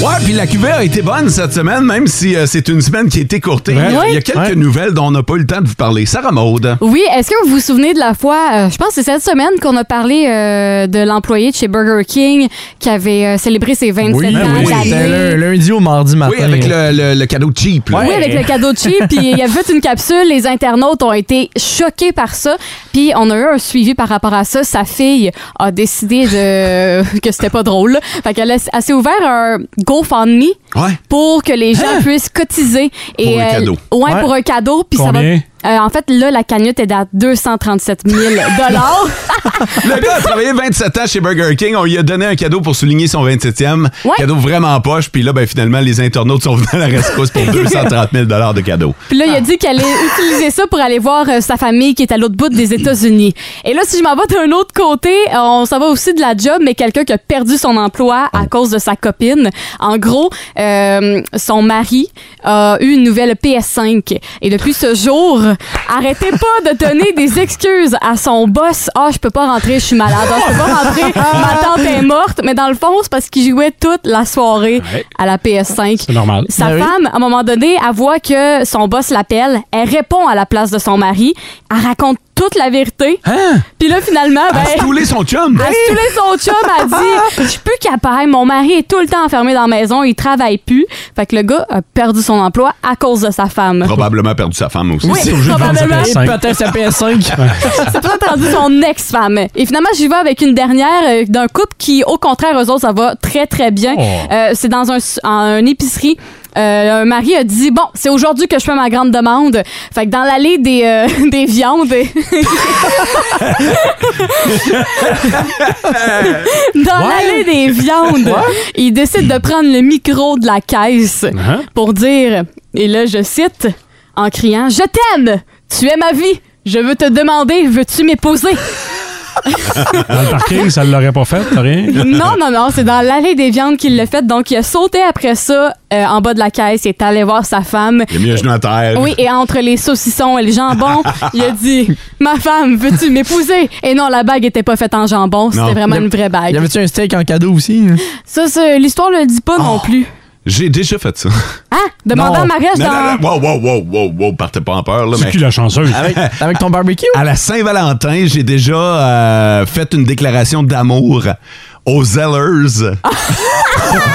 Speaker 3: Ouais, puis la cuvée a été bonne cette semaine, même si euh, c'est une semaine qui a été courtée.
Speaker 5: Ouais.
Speaker 3: Il y a- il y a
Speaker 5: Oui.
Speaker 3: quelques
Speaker 5: Ouais.
Speaker 3: nouvelles dont on n'a pas eu le temps de vous parler. Sarah Maude.
Speaker 5: Oui, est-ce que vous vous souvenez de la fois, euh, je pense que c'est cette semaine qu'on a parlé euh, de l'employé de chez Burger King qui avait euh, célébré ses 27 ans
Speaker 6: Ah c'était
Speaker 5: d'année.
Speaker 6: le- lundi au mardi matin.
Speaker 3: Oui, avec le, le- le cadeau cheap. là.
Speaker 5: Oui, avec le cadeau de cheap. Puis il y avait une capsule. Les internautes ont été choqués par ça. Puis on a eu un suivi par rapport à ça. Sa fille a décidé de que c'était pas drôle. Fait qu'elle a, elle s'est ouvert un GoFundMe pour que les gens puissent cotiser.
Speaker 3: Hein? Pour un
Speaker 5: euh,
Speaker 3: cadeau.
Speaker 5: ouais,
Speaker 3: Ouais.
Speaker 5: pour un cadeau. Puis ça va.
Speaker 3: Combien?
Speaker 5: Euh, en fait, là, la cagnotte est à 237 000
Speaker 3: Le gars a travaillé 27 ans chez Burger King. On lui a donné un cadeau pour souligner son 27e.
Speaker 5: Ouais.
Speaker 3: Cadeau vraiment poche. Puis là, ben, finalement, les internautes sont venus à la rescousse pour 230 000 de cadeau.
Speaker 5: Puis
Speaker 4: Ah.
Speaker 5: là, il a dit qu'elle allait utiliser ça pour aller voir euh, sa famille qui est à l'autre bout des États-Unis. Et là, si je m'en vais d'un autre côté, euh, on s'en va aussi de la job, mais quelqu'un qui a perdu son emploi à cause de sa copine. En gros, euh, son mari a eu une nouvelle PS5. Et depuis ce jour, arrêtez pas de donner des excuses à son boss. Ah, je peux pas rentrer, je suis malade. Ah, je peux pas rentrer, ma tante est morte. Mais dans le fond, c'est parce qu'il jouait toute la soirée à la PS5.
Speaker 4: C'est normal.
Speaker 5: Sa
Speaker 4: Ben oui.
Speaker 5: femme, à un moment donné, elle voit que son boss l'appelle, elle répond à la place de son mari, elle raconte toute la vérité. Puis là, finalement, ben,
Speaker 3: Elle a stoulé son chum.
Speaker 5: elle a stoulé son chum, elle dit Je suis plus capable, mon mari est tout le temps enfermé dans la maison, il travaille plus. Fait que le gars a perdu son emploi à cause de sa femme.
Speaker 3: Probablement perdu sa femme aussi.
Speaker 5: Oui, C'est obligé de vendre sa probablement. PS5.
Speaker 6: Peut-être sa PS5.
Speaker 5: C'est pas entendu son ex-femme. Et finalement, j'y vais avec une dernière euh, d'un couple qui, au contraire, eux autres, ça va très, très bien.
Speaker 11: Oh.
Speaker 5: Euh, c'est dans un, s- en- une épicerie. Euh, un mari a dit Bon, c'est aujourd'hui que je fais ma grande demande. Fait que dans l'allée des, euh, des viandes. et- dans l'allée des viandes, il décide de prendre le micro de la caisse pour dire, et là je cite, en criant Je t'aime Tu es ma vie Je veux te demander, veux-tu m'épouser
Speaker 4: Dans le parking, ça l'aurait pas fait, t'as rien?
Speaker 5: non, non, non, c'est dans l'allée des viandes qu'il l'a fait. Donc, il a sauté après ça euh, en bas de la caisse, il est allé voir sa femme.
Speaker 3: Il a mis un genou à terre.
Speaker 5: Oui, et entre les saucissons et le jambon, il a dit Ma femme, veux-tu m'épouser Et non, la bague était pas faite en jambon, c'était
Speaker 3: Non.
Speaker 5: vraiment
Speaker 3: Y a-
Speaker 5: une vraie
Speaker 6: Y
Speaker 5: bague.
Speaker 6: avait-tu un steak en cadeau aussi? hein?
Speaker 5: Ça, c'est- l'histoire ne le dit pas non plus.
Speaker 3: J'ai déjà fait ça.
Speaker 5: Hein? Demander en mariage
Speaker 3: Oh. non,
Speaker 5: dans.
Speaker 3: non, non. Wow, wow, wow, wow, wow, partez pas en peur. là,
Speaker 4: C'est
Speaker 3: mais-
Speaker 4: qui la chanceuse?
Speaker 3: Avec-
Speaker 6: Avec ton barbecue?
Speaker 3: À la Saint-Valentin, j'ai déjà euh, fait une déclaration d'amour aux Zellers.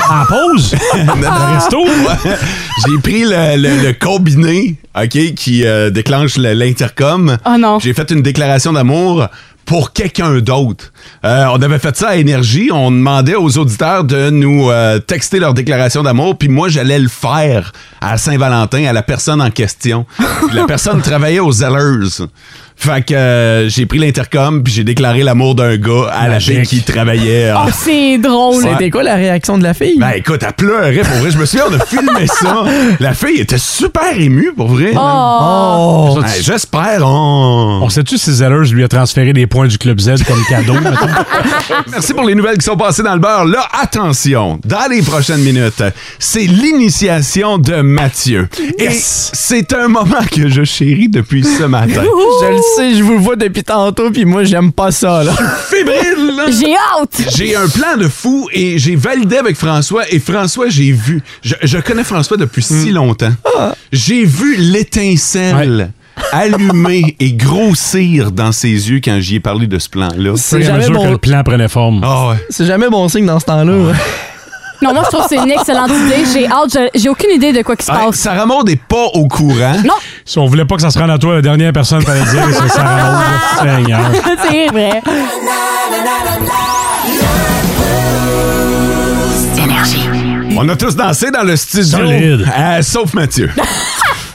Speaker 4: En pause?
Speaker 3: Dans le
Speaker 4: resto?
Speaker 3: J'ai pris le, le- le combiné, OK, qui euh, déclenche le- l'intercom.
Speaker 5: Oh non.
Speaker 3: J'ai fait une déclaration d'amour pour quelqu'un d'autre. Euh, on avait fait ça à Énergie. On demandait aux auditeurs de nous euh, texter leur déclaration d'amour, puis moi, j'allais le faire à Saint-Valentin, à la personne en question. Puis la personne travaillait aux Zellers. Fait que euh, j'ai pris l'intercom, puis j'ai déclaré l'amour d'un gars à la fille qui travaillait. euh, en-
Speaker 5: Oh, c'est drôle.
Speaker 6: C'était quoi la réaction de la fille?
Speaker 3: ben écoute, elle pleurait pour vrai. Je me souviens, on a filmé ça. La fille était super émue pour vrai.
Speaker 5: Oh.
Speaker 4: Oh.
Speaker 3: Hey, J'espère. On...
Speaker 4: On sait-tu si Zellers lui a transféré des points du Club Z comme cadeau? mettons?
Speaker 3: Merci pour les nouvelles qui sont passées dans le beurre. Là, attention, dans les prochaines minutes, c'est l'initiation de Mathieu. Et c'est un moment que je chéris depuis ce matin.
Speaker 6: Je le sais, je vous le vois depuis tantôt, puis moi, j'aime pas ça, là.
Speaker 3: Fébrile! hein? là.
Speaker 5: J'ai hâte!
Speaker 3: J'ai un plan de fou et j'ai validé avec François et François, j'ai vu. Je, je connais François depuis si longtemps. J'ai vu l'étincelle allumer et grossir dans ses yeux quand j'y ai parlé de ce plan-là.
Speaker 4: Au fur et à
Speaker 6: jamais
Speaker 4: mesure
Speaker 6: bon.
Speaker 4: que le plan prenait forme.
Speaker 3: Ah ouais.
Speaker 6: C'est jamais bon signe dans ce temps-là.
Speaker 5: Non, moi, je trouve que c'est une excellente idée. J'ai hâte. Je- J'ai aucune idée de quoi qui se
Speaker 3: Ah, Hey,
Speaker 5: passe.
Speaker 3: Sarah Maud n'est pas au courant.
Speaker 5: Non,
Speaker 4: Si on voulait pas que ça se rende à toi, la dernière personne fallait dire c'est Sarah Maud. Seigneur.
Speaker 5: c'est vrai.
Speaker 3: On a tous dansé dans le studio.
Speaker 4: Solide.
Speaker 3: Euh, sauf Mathieu.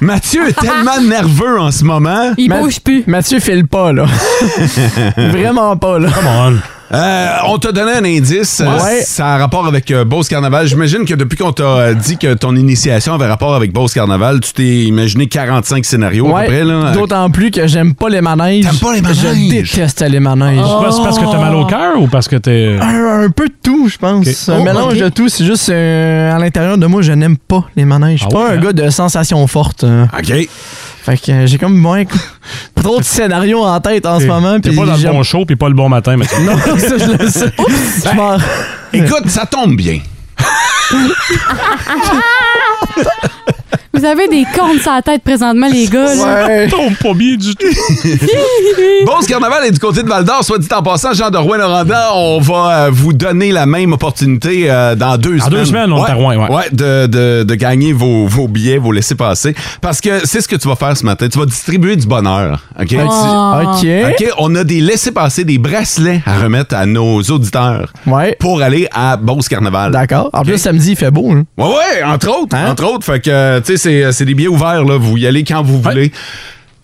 Speaker 3: Mathieu est tellement nerveux en ce moment.
Speaker 5: Il
Speaker 6: Ma-
Speaker 5: bouge plus.
Speaker 6: Mathieu file pas, là. Vraiment pas, là.
Speaker 4: Come on.
Speaker 3: Euh, on t'a donné un indice. euh,
Speaker 6: Ouais.
Speaker 3: Ça a rapport avec euh, Beauce Carnaval. J'imagine que depuis qu'on t'a euh, dit que ton initiation avait rapport avec Beauce Carnaval, tu t'es imaginé 45 scénarios à peu près. Là.
Speaker 6: Ouais,
Speaker 3: Euh,
Speaker 6: D'autant plus que j'aime pas les manèges.
Speaker 3: T'aimes pas les manèges?
Speaker 6: Je déteste les manèges.
Speaker 4: C'est pas- C'est parce que t'as mal au cœur ou parce que t'es.
Speaker 6: Un, un peu de tout, je pense.
Speaker 4: Ok.
Speaker 6: Un
Speaker 4: Oh,
Speaker 6: mélange de tout. C'est juste euh, à l'intérieur de moi, je n'aime pas les manèges. Je suis
Speaker 4: Ah
Speaker 6: pas
Speaker 4: ouais,
Speaker 6: un
Speaker 4: hein?
Speaker 6: gars de sensations fortes. euh.
Speaker 3: OK.
Speaker 6: Fait que euh, j'ai comme moins trop de scénarios en tête en ce moment.
Speaker 4: T'es
Speaker 6: puis
Speaker 4: pas dans le
Speaker 6: j'aime-
Speaker 4: bon show puis pas le bon matin, mais
Speaker 6: Non, ça, je le sais. Je m'en-
Speaker 3: Écoute, ça tombe bien.
Speaker 5: Vous avez des cornes sur la tête présentement, les gars. là.
Speaker 6: Euh.
Speaker 4: tombe pas bien du tout.
Speaker 3: bon, ce carnaval est du côté de Val d'Or. Soit dit en passant, Jean de rouen noranda on va euh, vous donner la même opportunité euh, dans deux
Speaker 4: Dans
Speaker 3: semaines.
Speaker 4: deux semaines, on est à Rouen, ouais.
Speaker 3: de, de- de gagner vos, vos billets, vos laissez-passer. Parce que c'est ce que tu vas faire ce matin. Tu vas distribuer du bonheur. OK?
Speaker 6: Ah.
Speaker 3: Tu-
Speaker 6: OK.
Speaker 3: OK, on a des laissez-passer, des bracelets à remettre à nos auditeurs
Speaker 6: Ouais.
Speaker 3: pour aller à Beauce Carnaval.
Speaker 6: D'accord. En plus, samedi, il fait beau. hein.
Speaker 3: Ouais, ouais, entre autres.
Speaker 6: Hein?
Speaker 3: Entre autres. Fait que, euh, tu sais, c'est- c'est des billets ouverts, là. Vous y allez quand vous voulez.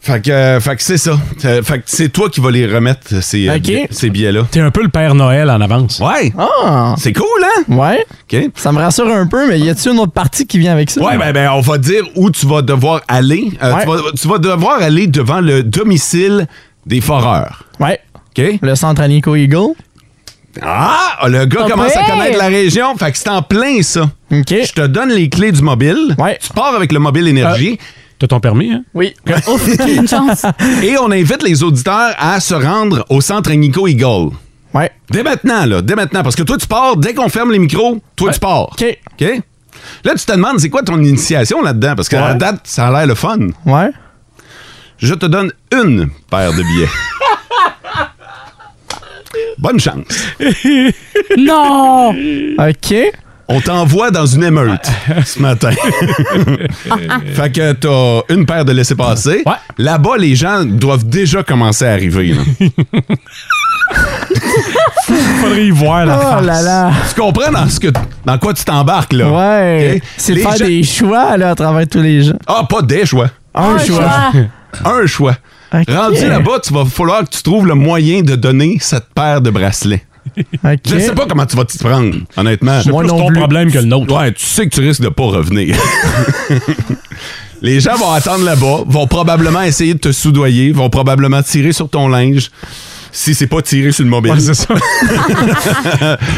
Speaker 3: Fait que, euh, fait que c'est ça. Euh, Fait que c'est toi qui vas les remettre, ces, euh,
Speaker 6: Ok.
Speaker 3: billets- ces billets-là.
Speaker 4: T'es un peu le Père Noël en avance.
Speaker 3: Ouais.
Speaker 6: Ah!
Speaker 3: C'est cool, hein?
Speaker 6: Ouais.
Speaker 3: OK.
Speaker 6: Ça me rassure un peu, mais y a-t-il une autre partie qui vient avec ça?
Speaker 3: Ouais, ben, ben, on va dire où tu vas devoir aller. Euh,
Speaker 6: Ouais.
Speaker 3: tu, vas, tu vas devoir aller devant le domicile des foreurs.
Speaker 6: Ouais.
Speaker 3: OK?
Speaker 6: Le centre à Nico Eagle.
Speaker 3: Ah! Le gars
Speaker 5: Pas
Speaker 3: commence à
Speaker 5: prêt.
Speaker 3: connaître la région. Fait que c'est en plein, ça.
Speaker 6: OK.
Speaker 3: Je te donne les clés du mobile.
Speaker 6: Ouais.
Speaker 3: Tu pars avec le mobile énergie.
Speaker 4: T'as ton permis, hein?
Speaker 6: Oui.
Speaker 5: Une chance.
Speaker 6: Euh.
Speaker 3: Et on invite les auditeurs à se rendre au centre Nico Eagle.
Speaker 6: Ouais.
Speaker 3: Dès maintenant, là, dès maintenant, parce que toi, tu pars, dès qu'on ferme les micros, toi, tu pars.
Speaker 6: OK.
Speaker 3: OK? Là, tu te demandes, c'est quoi ton initiation là-dedans? Parce qu'à la date, ça a l'air le fun.
Speaker 6: Ouais.
Speaker 3: Je te donne une paire de billets. Bonne chance.
Speaker 5: Non!
Speaker 6: OK.
Speaker 3: On t'envoie dans une émeute ce matin. fait que t'as une paire de laissés-passer.
Speaker 4: Ouais.
Speaker 3: Là-bas, les gens doivent déjà commencer à arriver. là.
Speaker 4: Faudrait y voir la
Speaker 6: Oh
Speaker 3: Ah,
Speaker 4: face.
Speaker 6: là là.
Speaker 3: tu comprends dans, ce que, dans quoi tu t'embarques, là?
Speaker 6: Ouais.
Speaker 3: OK?
Speaker 6: C'est de
Speaker 3: Les
Speaker 6: faire
Speaker 3: gens-
Speaker 6: des choix là, à travers tous les gens.
Speaker 3: Ah, pas des choix.
Speaker 6: Un,
Speaker 5: choix.
Speaker 3: un choix.
Speaker 6: Ok.
Speaker 3: Rendu là-bas, tu vas falloir que tu trouves le moyen de donner cette paire de bracelets.
Speaker 6: OK.
Speaker 3: Je sais pas comment tu vas t'y prendre, honnêtement.
Speaker 4: C'est
Speaker 6: Moi
Speaker 4: plus
Speaker 6: non
Speaker 4: ton
Speaker 6: plus.
Speaker 4: problème que le nôtre.
Speaker 3: Ouais, tu sais que tu risques de pas revenir. Les gens vont attendre là-bas, vont probablement essayer de te soudoyer, vont probablement tirer sur ton linge. Si c'est pas tiré sur le mobile.
Speaker 4: Ouais, c'est ça.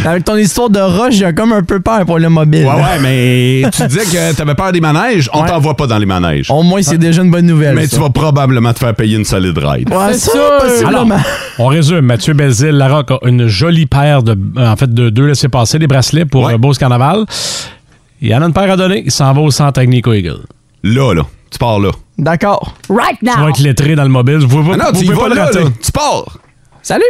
Speaker 6: Avec ton histoire de roche, j'ai comme un peu peur pour le mobile.
Speaker 3: ouais, ouais, mais tu disais que t'avais peur des manèges, on
Speaker 6: Ouais.
Speaker 3: t'envoie pas dans les manèges.
Speaker 6: Au moins, c'est déjà une bonne nouvelle.
Speaker 3: mais
Speaker 6: ça.
Speaker 3: tu vas probablement te faire payer une solide ride.
Speaker 6: Ouais,
Speaker 5: C'est
Speaker 6: ça,
Speaker 5: sûr.
Speaker 4: Alors,
Speaker 6: possiblement.
Speaker 4: on résume. Mathieu Bézil, Larocque a une jolie paire de, euh, en fait, de deux laissés-passer, des bracelets pour
Speaker 3: Ouais.
Speaker 4: euh, Beauce Carnaval. Il en a une paire à donner. Il s'en va au centre avec Nico Eagle.
Speaker 3: Là, là, tu pars là.
Speaker 6: D'accord.
Speaker 5: Right
Speaker 4: Tu vas
Speaker 5: now!
Speaker 4: être lettré dans le mobile. Vous, vous,
Speaker 3: Ah non,
Speaker 4: vous
Speaker 3: tu y
Speaker 4: pouvez
Speaker 3: vas
Speaker 4: pas le
Speaker 3: là,
Speaker 4: rater.
Speaker 3: là. Tu pars.
Speaker 6: Salut.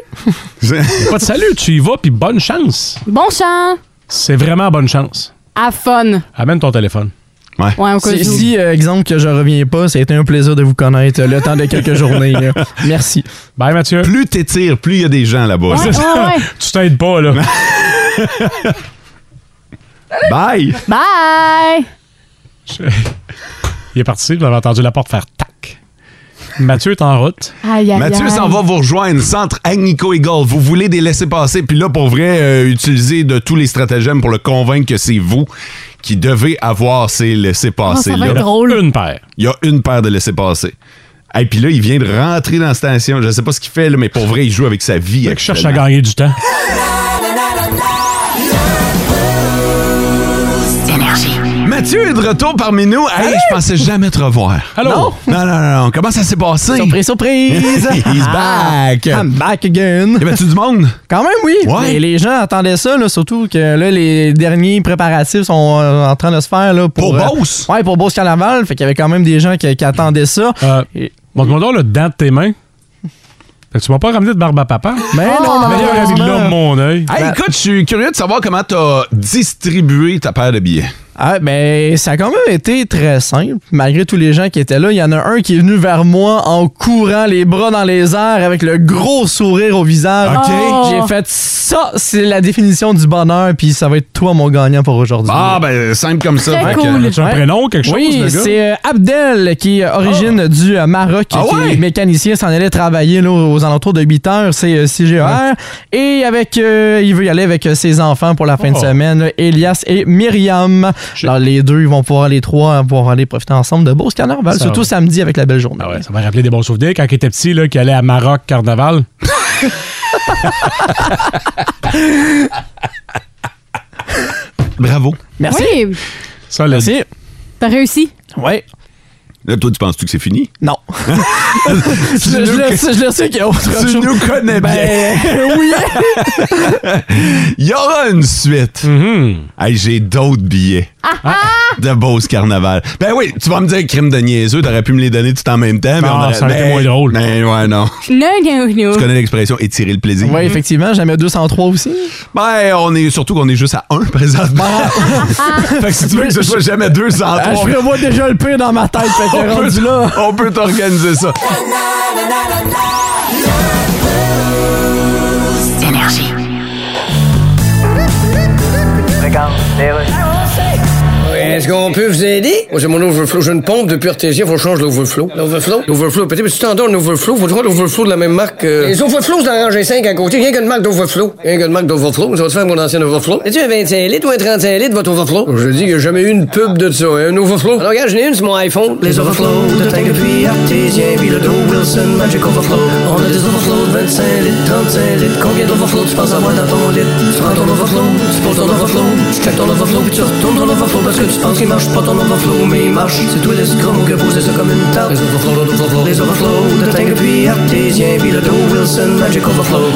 Speaker 4: Pas de salut. Tu y vas, puis bonne chance.
Speaker 5: Bon chant!
Speaker 4: C'est vraiment bonne chance.
Speaker 5: À fun!
Speaker 4: Amène ton téléphone.
Speaker 3: Ouais.
Speaker 5: Ouais, au cas
Speaker 6: Si,
Speaker 5: où.
Speaker 6: si, euh, exemple que je reviens pas, ça a été un plaisir de vous connaître euh, le temps de quelques journées. là. Merci.
Speaker 4: Bye, Mathieu.
Speaker 3: Plus t'étires, plus il y a des gens là-bas.
Speaker 5: Ouais, ouais, Ah ouais.
Speaker 4: Tu t'aides pas, là.
Speaker 3: Bye!
Speaker 5: Bye!
Speaker 4: Il est parti. Vous avez entendu la porte faire tac. Mathieu est en route.
Speaker 5: Aïe, aïe,
Speaker 3: Mathieu
Speaker 5: aïe.
Speaker 3: s'en va vous rejoindre, centre Agnico Eagle. Vous voulez des laisser passer, puis là, pour vrai, euh, utiliser de tous les stratagèmes pour le convaincre que c'est vous qui devez avoir ces laissés passer
Speaker 5: Oh, ça va
Speaker 3: là.
Speaker 5: être drôle.
Speaker 4: Une paire.
Speaker 3: Il y a une paire de laissés passer. Et puis là, il vient de rentrer dans la station. Je sais pas ce qu'il fait, là, mais pour vrai, il joue avec sa vie.
Speaker 4: Je cherche à
Speaker 3: actuellement.
Speaker 4: gagner du temps.
Speaker 3: Mathieu est de retour parmi nous. Hey, je pensais jamais te revoir.
Speaker 4: Allô?
Speaker 3: Non, non, non. non. Comment ça s'est passé?
Speaker 6: Surprise, surprise.
Speaker 3: He's back.
Speaker 6: Ah, I'm back again.
Speaker 3: Y avait-tu du monde?
Speaker 6: Quand même, oui.
Speaker 3: Ouais.
Speaker 6: Mais les gens attendaient ça, là, surtout que là, les derniers préparatifs sont euh, en train de se faire. Là, pour,
Speaker 3: Pour
Speaker 6: euh,
Speaker 3: Beauce?
Speaker 6: ouais, pour Beauce Carnaval. Fait qu'il y avait quand même des gens qui, qui attendaient ça.
Speaker 4: Euh,
Speaker 6: Et-
Speaker 4: Montre-moi donc le dedans de tes mains. Fait que tu m'as pas ramené de barbe à papa.
Speaker 6: Mais
Speaker 3: Oh.
Speaker 6: non,
Speaker 4: Mais il y a
Speaker 6: malheureusement.
Speaker 4: de l'homme, mon œil.
Speaker 3: Hey,
Speaker 5: Ben-
Speaker 3: écoute, je suis curieux de savoir comment t'as distribué ta paire de billets.
Speaker 6: Ah, ben, ça a quand même été très simple. Malgré tous les gens qui étaient là, il y en a un qui est venu vers moi en courant les bras dans les airs avec le gros sourire au visage.
Speaker 3: OK.
Speaker 5: Oh.
Speaker 6: J'ai fait ça, c'est la définition du bonheur, puis ça va être toi mon gagnant pour aujourd'hui.
Speaker 3: Ah, ben, simple comme ça.
Speaker 5: Très
Speaker 3: Fait que-
Speaker 5: cool.
Speaker 4: Tu as un
Speaker 6: Ouais.
Speaker 4: prénom, quelque chose,
Speaker 6: Oui,
Speaker 4: le gars?
Speaker 6: c'est euh, Abdel qui est origine du euh, Maroc,
Speaker 3: Ah
Speaker 6: qui
Speaker 3: ouais?
Speaker 6: est mécanicien, s'en allait travailler là, aux alentours de 8 heures, c'est euh, CGR. Et avec, euh, il veut y aller avec euh, ses enfants pour la fin de
Speaker 4: Oh.
Speaker 6: semaine, là, Elias et Myriam. Alors les deux, ils vont pouvoir, les trois, hein, pouvoir aller profiter ensemble de beaux carnavals,
Speaker 4: Ça
Speaker 6: surtout
Speaker 4: va.
Speaker 6: samedi avec la belle journée.
Speaker 4: Ah ouais, ça m'a rappelé des bons souvenirs quand il était petit, là, qu'il allait à Maroc Carnaval.
Speaker 3: Bravo.
Speaker 6: Merci.
Speaker 5: Oui,
Speaker 4: Ça, le
Speaker 6: Merci.
Speaker 5: t'as réussi.
Speaker 6: Ouais.
Speaker 3: Là, toi, tu penses-tu que c'est fini?
Speaker 6: Non. je, je le sais- je le sais qu'il y a autre
Speaker 3: Tu
Speaker 6: chose.
Speaker 3: nous connais bien.
Speaker 6: Ben, oui.
Speaker 3: Il y aura une suite. Hey, J'ai d'autres billets
Speaker 5: Ah,
Speaker 3: de Beauce Carnaval. Ben oui, tu vas me dire crime de niaiseux, t'aurais pu me les donner tout en même temps. mais
Speaker 4: Ah,
Speaker 3: on aurait-
Speaker 4: ça aurait été
Speaker 3: Ben,
Speaker 4: moins drôle.
Speaker 3: Ben ouais, non.
Speaker 5: Non, non, non.
Speaker 3: Tu connais l'expression étirer le plaisir.
Speaker 6: Oui, effectivement, j'en mets 203 aussi.
Speaker 3: Ben, on est surtout qu'on est juste à 1 présentement. fait que si tu veux que ce soit jamais 200
Speaker 6: Ah, je prévois déjà le pire dans ma tête, fait
Speaker 3: on,
Speaker 6: que rendu
Speaker 3: peut,
Speaker 6: là.
Speaker 3: on peut t'organiser ça.
Speaker 2: Est-ce qu'on peut vous aider? Moi, j'ai mon overflow. J'ai une pompe depuis RTG. Faut que je change l'overflow. L'overflow? L'overflow. Peut-être, mais tu t'en donnes un overflow. Faut trouver l'overflow de la même marque. euh. Les overflows dans rangée 5 à côté. Rien qu'une marque d'overflow. Rien qu'une marque d'overflow. Ça va te faire mon ancien overflow. Es-tu un 25 litres ou un 35 litres, votre overflow? Je dis qu'il n'y a jamais eu une pub de ça. hein, Un overflow. Alors, regarde, j'en ai une sur mon iPhone. Les overflows de Tank depuis Artésien, puis le dos Wilson, Magic Overflow. On a des overflows de 25 litres, 35 litres. Combien d'overflows tu penses avoir dans ton lit? Tu prends ton overflow, tu poses ton overflow, tu check ton overflow, puis tu retournes ton overflow parce que tu penses qu'il marche pas ton overflow, mais il marche. C'est toi l'escroc qui a posé ça comme une table. Les overflows, les overflows, les overflows de Tank depuis Artésien, puis le dos Wilson, Magic Overflow.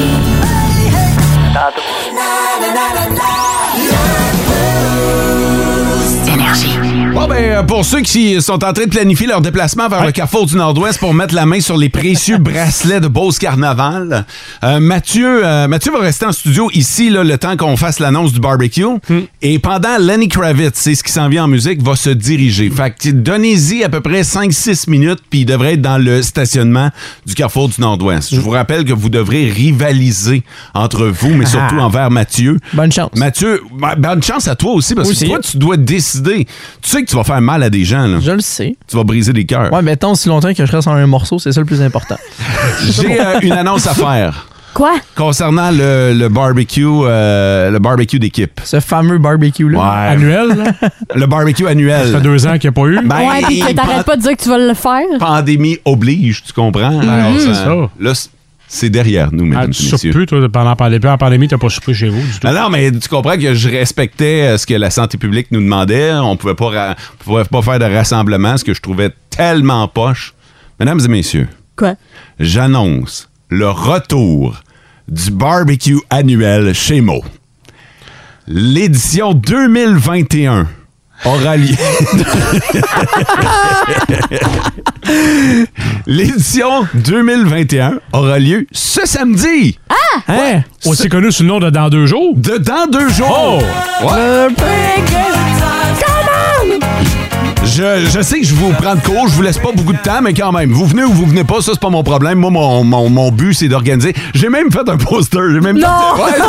Speaker 3: Bon, ben, euh, pour ceux qui sont en train de planifier leur déplacement vers le carrefour du Nord-Ouest pour mettre la main sur les précieux bracelets de Beauce Carnaval, euh, Mathieu, euh, Mathieu va rester en studio ici là, le temps qu'on fasse l'annonce du barbecue.
Speaker 6: Hmm.
Speaker 3: Et pendant Lenny Kravitz, c'est ce qui s'en vient en musique, va se diriger. Fait que donnez-y à peu près 5-6 minutes, puis il devrait être dans le stationnement du carrefour du Nord-Ouest. Je vous rappelle que vous devrez rivaliser entre vous, mais surtout envers Mathieu.
Speaker 6: Ah. Bonne chance.
Speaker 3: Mathieu, ben- bonne chance à toi aussi, parce que
Speaker 6: Aussi.
Speaker 3: toi, tu dois décider. Tu sais que tu vas faire mal à des gens, là.
Speaker 6: Je le sais.
Speaker 3: Tu vas briser des cœurs.
Speaker 6: Ouais, mettons si longtemps que je reste en un morceau, c'est ça le plus important.
Speaker 3: J'ai euh, une annonce à faire
Speaker 5: Quoi?
Speaker 3: concernant le, le barbecue, euh, le barbecue d'équipe.
Speaker 6: Ce fameux barbecue-là.
Speaker 3: Ouais.
Speaker 4: Annuel, là.
Speaker 3: Le barbecue
Speaker 4: Ça fait
Speaker 3: annuel.
Speaker 4: deux ans qu'il n'y a pas eu.
Speaker 3: Ben,
Speaker 5: ouais, puis que
Speaker 3: pan-
Speaker 5: t'arrêtes pas de dire que tu vas le faire.
Speaker 3: pandémie oblige, tu comprends? Alors,
Speaker 4: c'est
Speaker 3: euh,
Speaker 4: ça.
Speaker 3: Là, c- c'est derrière nous,
Speaker 4: Ah,
Speaker 3: mesdames
Speaker 4: tu
Speaker 3: et
Speaker 4: soupes
Speaker 3: messieurs.
Speaker 4: plus, toi, pendant la pandémie. En pandémie, t'as pas soupé chez vous du tout.
Speaker 3: Non, non, mais tu comprends que je respectais euh, ce que la santé publique nous demandait. On pouvait pas, ra- on pouvait pas faire de rassemblement, ce que je trouvais tellement poche. Mesdames et messieurs,
Speaker 5: Quoi?
Speaker 3: j'annonce le retour du barbecue annuel chez Mo. L'édition 2021 aura lieu. L'édition 2021 aura lieu ce samedi.
Speaker 4: Hein? Aussi connu sous le nom de Dans deux jours.
Speaker 3: De dans deux jours. Ouais. Je, je sais que je vous prends de court, je vous laisse pas beaucoup de temps, mais quand même, vous venez ou vous venez pas, ça c'est pas mon problème. Moi, mon, mon, mon but, c'est d'organiser. J'ai même fait un poster, j'ai même,
Speaker 5: Non!
Speaker 3: fait- ouais,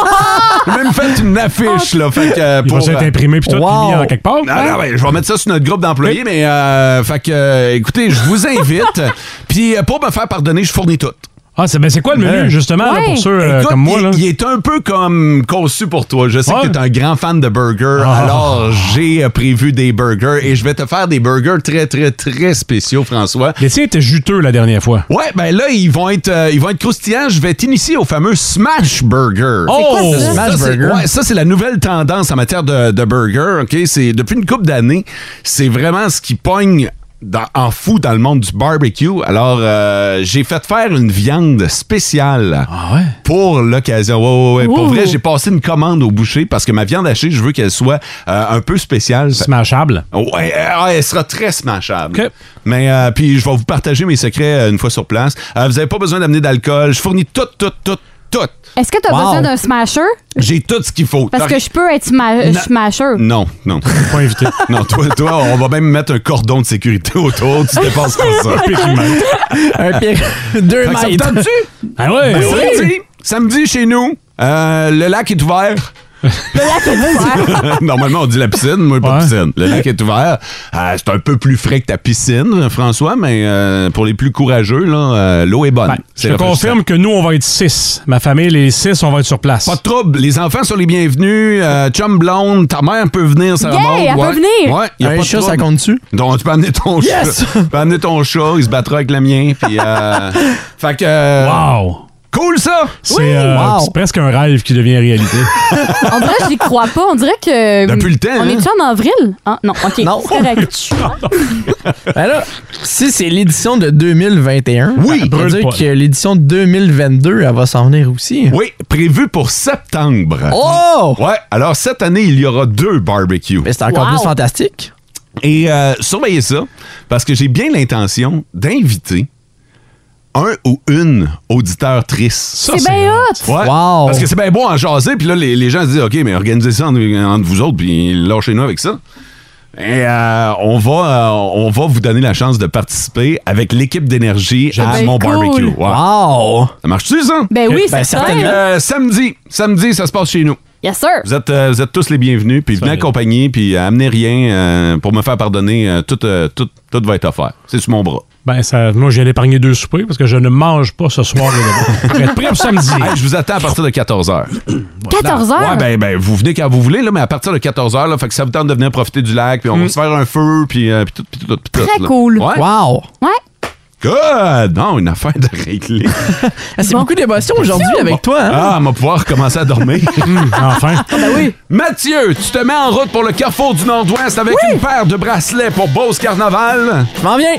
Speaker 3: j'ai même fait une affiche, là. Fait que, euh,
Speaker 4: Il
Speaker 3: pour,
Speaker 4: va s'être
Speaker 3: euh,
Speaker 4: imprimé puis tout
Speaker 6: wow.
Speaker 4: mis en quelque part. hein?
Speaker 3: non, non, ouais, je vais mettre ça sur notre groupe d'employés, mais euh, fait que, euh, écoutez, je vous invite. Puis euh, pour me faire pardonner, je fournis tout.
Speaker 4: Ah, c'est ben, c'est quoi le menu,
Speaker 3: Ouais.
Speaker 4: justement, là,
Speaker 5: Ouais.
Speaker 4: pour ceux euh,
Speaker 3: Écoute,
Speaker 4: comme moi?
Speaker 3: il,
Speaker 4: Là?
Speaker 3: il est un peu comme conçu pour toi. Je sais
Speaker 4: Ouais.
Speaker 3: que tu es un grand fan de burgers,
Speaker 4: Ah.
Speaker 3: alors j'ai euh, prévu des burgers et je vais te faire des burgers très, très, très spéciaux, François.
Speaker 4: Les tiens étaient juteux la dernière fois.
Speaker 3: Ouais, ben là, ils vont être, euh, ils vont être croustillants. Je vais t'initier au fameux Smash Burger.
Speaker 4: Oh!
Speaker 5: quoi, ça?
Speaker 3: Ça,
Speaker 6: Smash
Speaker 3: c'est-
Speaker 6: Burger.
Speaker 3: ouais, ça, c'est la nouvelle tendance en matière de, de burger. OK? C'est, depuis une couple d'années, c'est vraiment ce qui pogne dans- en fou dans le monde du barbecue. Alors, euh, j'ai fait faire une viande spéciale
Speaker 4: Ah ouais?
Speaker 3: pour l'occasion. Ouais, ouais, ouais. Pour
Speaker 5: Ouh.
Speaker 3: vrai, j'ai passé une commande au boucher parce que ma viande hachée, je veux qu'elle soit euh, un peu spéciale.
Speaker 4: Smashable.
Speaker 3: Ouais, euh, ouais, elle sera très smashable.
Speaker 4: OK.
Speaker 3: Mais euh, puis je vais vous partager mes secrets euh, une fois sur place. Euh, vous n'avez pas besoin d'amener d'alcool. Je fournis tout, tout, tout, tout.
Speaker 5: Est-ce que t'as
Speaker 3: Wow.
Speaker 5: besoin d'un smasher?
Speaker 3: J'ai tout ce qu'il faut.
Speaker 5: Parce
Speaker 3: T'as-
Speaker 5: que je peux être sma- smasher.
Speaker 3: Non, non.
Speaker 4: Pas invité.
Speaker 3: non, toi, toi, on va même mettre un cordon de sécurité autour. Tu dépenses pas ça.
Speaker 6: Un pire. Deux
Speaker 3: Fait que ça vous
Speaker 6: mètres.
Speaker 3: tente-tu?
Speaker 4: Ah ouais?
Speaker 3: Ben, samedi, samedi chez nous, euh, le lac est ouvert. Normalement, on dit la piscine. Moi, pas de
Speaker 4: Ouais.
Speaker 3: piscine. Le lac est ouvert. Euh, c'est un peu plus frais que ta piscine, François, mais euh, pour les plus courageux, là, euh, l'eau est bonne.
Speaker 4: Ben, je
Speaker 3: C'est
Speaker 4: te
Speaker 3: rafraîchissant.
Speaker 4: confirme que nous, on va être six. Ma famille, les six, on va être sur place.
Speaker 3: Pas de trouble. Les enfants sont les bienvenus. Euh, chum blonde, ta mère peut venir, ça
Speaker 5: Yeah, elle peut venir.
Speaker 3: Ouais, y a pas
Speaker 6: Un
Speaker 3: de
Speaker 6: chat,
Speaker 3: trouble.
Speaker 6: ça compte-tu?
Speaker 3: Donc, tu peux amener ton
Speaker 6: Yes!
Speaker 3: chat. Tu peux amener ton chat, il se battra avec le mien. Puis, euh, fait que. euh,
Speaker 4: Wow!
Speaker 6: Cool ça!
Speaker 4: C'est euh,
Speaker 6: Wow!
Speaker 4: c'est presque un rêve qui devient réalité.
Speaker 5: En vrai, je n'y crois pas. On dirait que. euh,
Speaker 4: Depuis le temps,
Speaker 5: On
Speaker 4: hein?
Speaker 5: est-tu en avril? Ah, non, OK.
Speaker 6: Non.
Speaker 5: C'est correct.
Speaker 6: Ben là, si c'est l'édition de 2021,
Speaker 3: Oui,
Speaker 6: ça veut
Speaker 3: brûle
Speaker 6: dire
Speaker 3: pas.
Speaker 6: que l'édition de 2022, elle va s'en venir aussi.
Speaker 3: Oui, prévu pour septembre.
Speaker 6: Oh!
Speaker 3: Ouais, alors cette année, il y aura deux barbecues.
Speaker 6: Mais c'est encore
Speaker 5: Wow.
Speaker 6: plus fantastique.
Speaker 3: Et euh, surveillez ça, parce que j'ai bien l'intention d'inviter un ou une auditeur triste.
Speaker 5: C'est bien hot!
Speaker 3: Ouais,
Speaker 6: Wow.
Speaker 3: Parce que c'est bien beau en jaser, puis là, les, les gens se disent, OK, mais organisez ça entre, entre vous autres, puis lâchez-nous avec ça. Et euh, on, va, euh, on va vous donner la chance de participer avec l'équipe d'énergie à
Speaker 5: Ben,
Speaker 3: mon
Speaker 5: cool.
Speaker 3: barbecue. Ouais.
Speaker 6: Wow!
Speaker 3: Ça marche-tu, ça?
Speaker 5: Ben oui, c'est
Speaker 6: Ben,
Speaker 5: certain.
Speaker 3: Euh, samedi, samedi, ça se passe chez nous.
Speaker 5: Yes, sir.
Speaker 3: Vous êtes, euh, vous êtes tous les bienvenus, puis venez accompagner, puis euh, amenez rien euh, pour me faire pardonner. euh, tout, euh, tout, tout va être offert. C'est sur mon bras.
Speaker 4: ben, ça, moi, j'ai épargné deux soupers parce que je ne mange pas ce soir. là, Pour être prêt pour samedi.
Speaker 3: Hey, je vous attends à partir de 14h.
Speaker 5: 14 heures?
Speaker 3: Ouais, ben, ben, vous venez quand vous voulez, là, mais à partir de 14h, là, fait que ça vous tente de venir profiter du lac, puis on va se faire un feu, puis, euh, puis tout, puis tout, puis tout.
Speaker 5: Hmm. Très
Speaker 3: là.
Speaker 5: cool.
Speaker 3: Ouais.
Speaker 6: Wow!
Speaker 5: Ouais.
Speaker 3: Good! Non, une affaire de régler.
Speaker 6: Ah, C'est beaucoup d'émotions aujourd'hui avec toi. Hein? Hmm,
Speaker 3: Ah, on va pouvoir commencer à dormir.
Speaker 4: Hum,
Speaker 5: Ah,
Speaker 4: enfin.
Speaker 5: ben
Speaker 3: Mathieu, tu te mets en route pour le Carrefour du Nord-Ouest avec une paire de bracelets pour Beauce Carnaval.
Speaker 6: Je m'en viens!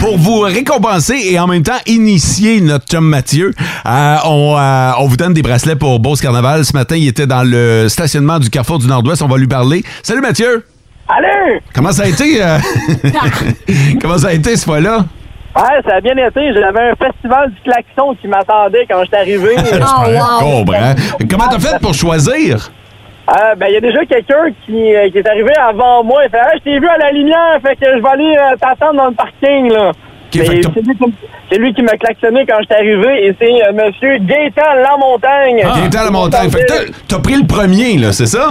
Speaker 3: Pour vous récompenser et en même temps initier notre chum Mathieu, euh, on, euh, on vous donne des bracelets pour Beauce Carnaval. Ce matin, il était dans le stationnement du Carrefour du Nord-Ouest. On va lui parler. Salut Mathieu!
Speaker 11: Allez!
Speaker 3: Comment ça a été? euh, Comment ça a été ce fois-là?
Speaker 11: Ouais, ça a bien été. J'avais un festival du klaxon qui m'attendait quand j'étais arrivé.
Speaker 5: Oh,
Speaker 3: Hein?
Speaker 5: wow.
Speaker 3: Comprends. ben, Comment t'as fait pour choisir?
Speaker 11: Euh, ben, il y a déjà quelqu'un qui, euh, qui est arrivé avant moi. Il fait hey, « je t'ai vu à la lumière, fait que je vais aller euh, t'attendre dans le parking, là. Mais
Speaker 3: fait que t'as-
Speaker 11: c'est lui, qui- c'est lui qui m'a klaxonné quand j'étais arrivé et c'est euh, Monsieur Gaétan Lamontagne.
Speaker 3: Gaétan la montagne. Fait que t'as- t'as pris le premier, là, c'est ça?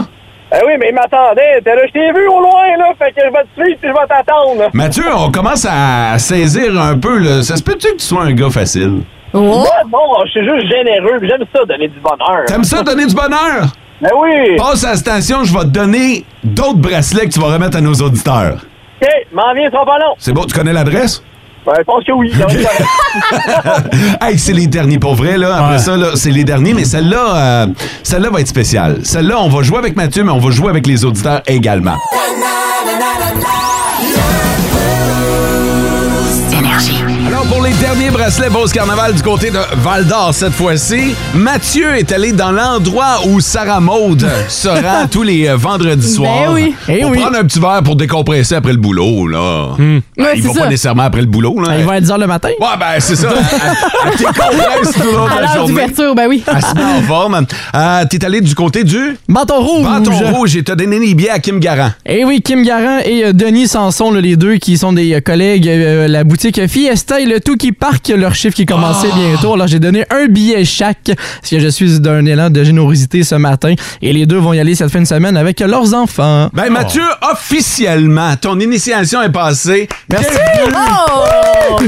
Speaker 11: Ben oui, mais il m'attendait. Il était là, je t'ai vu au loin, là, fait que je vais te suivre puis je vais t'attendre.
Speaker 3: Mathieu, on commence à saisir un peu. Là. Ça se peut-tu que tu sois un gars facile?
Speaker 5: Oh.
Speaker 11: Ouais, bon, je suis juste généreux, puis j'aime ça donner du bonheur.
Speaker 3: T'aimes ça donner du bonheur?
Speaker 11: Ben oui!
Speaker 3: Passe à la station, je vais te donner d'autres bracelets que tu vas remettre à nos auditeurs.
Speaker 11: OK, m'en viens, ça va pas long.
Speaker 3: C'est bon, tu connais l'adresse?
Speaker 11: Ben, je pense que oui. donc, ça-
Speaker 3: Hey, c'est les derniers pour vrai, là. Après
Speaker 4: Ouais.
Speaker 3: ça, là, c'est les derniers, mais celle-là, euh, celle-là va être spéciale. Celle-là, on va jouer avec Mathieu, mais on va jouer avec les auditeurs également. Alors, pour les derniers bracelets Beauce Carnaval du côté de Val d'Or cette fois-ci, Mathieu est allé dans l'endroit où Sarah Maude se rend tous les euh, vendredis soirs.
Speaker 5: oui.
Speaker 6: Eh
Speaker 3: Pour
Speaker 6: oui.
Speaker 3: prendre un petit verre pour décompresser après le boulot, là. Ben,
Speaker 5: Ouais,
Speaker 3: il
Speaker 5: c'est
Speaker 3: va
Speaker 5: ça.
Speaker 3: pas nécessairement après le boulot, là.
Speaker 6: Ben, Il va être 10 le matin.
Speaker 3: Ouais, ben, c'est ça. hein, Elle- elle décompresse tout au long de
Speaker 5: À
Speaker 3: la
Speaker 5: l'heure
Speaker 3: journée. Ah,
Speaker 5: d'ouverture, ben oui.
Speaker 3: Elle se met en forme. Euh, T'es allé du côté du
Speaker 6: Bâton rouge!
Speaker 3: Bâton Rouge et t'as donné les billets à Kim Garant.
Speaker 6: Eh oui, Kim Garant et euh, Denis Sanson, là, les deux qui sont des euh, collègues, euh, la boutique Fiesta et le tout qui parque leur chiffre qui
Speaker 3: Ah!
Speaker 6: commençait bientôt. Alors j'ai donné un billet chaque, parce que je suis d'un élan de générosité ce matin. Et les deux vont y aller cette fin de semaine avec leurs enfants.
Speaker 3: Ben, Mathieu, officiellement, ton initiation est passée.
Speaker 6: Merci.
Speaker 3: ben,
Speaker 5: Oh!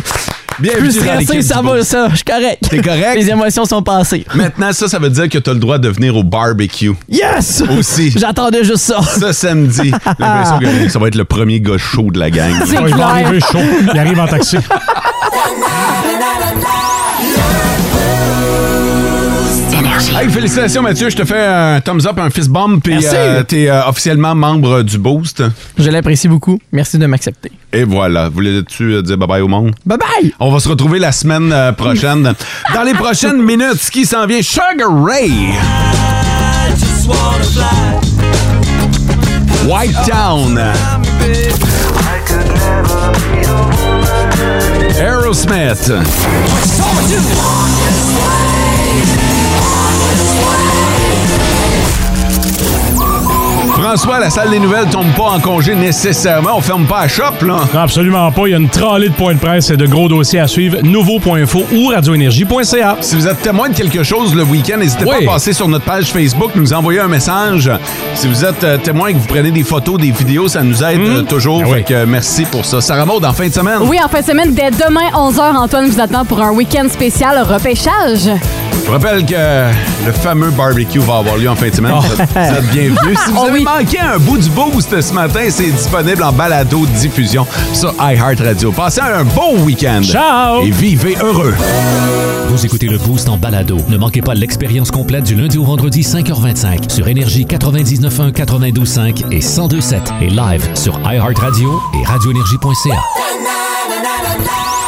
Speaker 3: Bienvenue
Speaker 6: Plus
Speaker 3: dans
Speaker 6: stressé,
Speaker 3: l'équipe
Speaker 6: ça
Speaker 3: du
Speaker 6: va ça, je suis correct.
Speaker 3: ben, T'es correct?
Speaker 6: Les émotions sont passées.
Speaker 3: Maintenant, ça, ça veut dire que tu as le droit de venir au barbecue.
Speaker 6: Yes!
Speaker 3: Aussi.
Speaker 6: J'attendais juste ça.
Speaker 3: Ça, samedi. J'ai l'impression que ça va être le premier gars chaud de la gang.
Speaker 5: C'est
Speaker 4: Ouais, il va
Speaker 5: clair.
Speaker 4: arriver chaud. Il arrive en taxi.
Speaker 3: Hey, félicitations, Mathieu. Je te fais un thumbs up, un fist bump, puis
Speaker 6: Merci.
Speaker 3: euh, t'es euh, officiellement membre du Boost.
Speaker 6: Je l'apprécie beaucoup. Merci de m'accepter.
Speaker 3: Et voilà. Voulais-tu euh, dire bye-bye au monde?
Speaker 6: Bye bye!
Speaker 3: On va se retrouver la semaine euh, prochaine. Dans les prochaines minutes, ce qui s'en vient, Sugar Ray. White Town. Aerosmith. François, la salle des nouvelles tombe pas en congé nécessairement. On ferme pas à shop, là.
Speaker 4: Non, absolument pas. Il y a une trolley de points de presse et de gros dossiers à suivre. Nouveau.info ou radioénergie.ca.
Speaker 3: Si vous êtes témoin de quelque chose le week-end, n'hésitez
Speaker 4: Oui.
Speaker 3: pas à passer sur notre page Facebook, nous envoyer un message. Si vous êtes euh, témoin et que vous prenez des photos, des vidéos, ça nous aide euh, toujours.
Speaker 4: Ah oui.
Speaker 3: Fait que, euh, merci pour ça. Sarah Maud, en fin de semaine.
Speaker 5: Oui, en fin de semaine, dès demain, 11h, Antoine vous attend pour un week-end spécial repêchage.
Speaker 3: euh, Je vous rappelle que le fameux barbecue va avoir lieu en fin de semaine. Vous êtes bienvenus. Si vous
Speaker 5: Oh
Speaker 3: avez
Speaker 5: oui.
Speaker 3: manqué manqué un bout du boost ce matin, c'est disponible en balado diffusion sur iHeartRadio. Passez un bon week-end.
Speaker 1: Ciao!
Speaker 3: Et vivez heureux.
Speaker 1: Vous écoutez le Boost en balado. Ne manquez pas l'expérience complète du lundi au vendredi 5h25 sur Énergie 99.1, 92.5 et 102.7 et live sur iHeartRadio et radioénergie.ca.
Speaker 9: Na, na, na, na, na.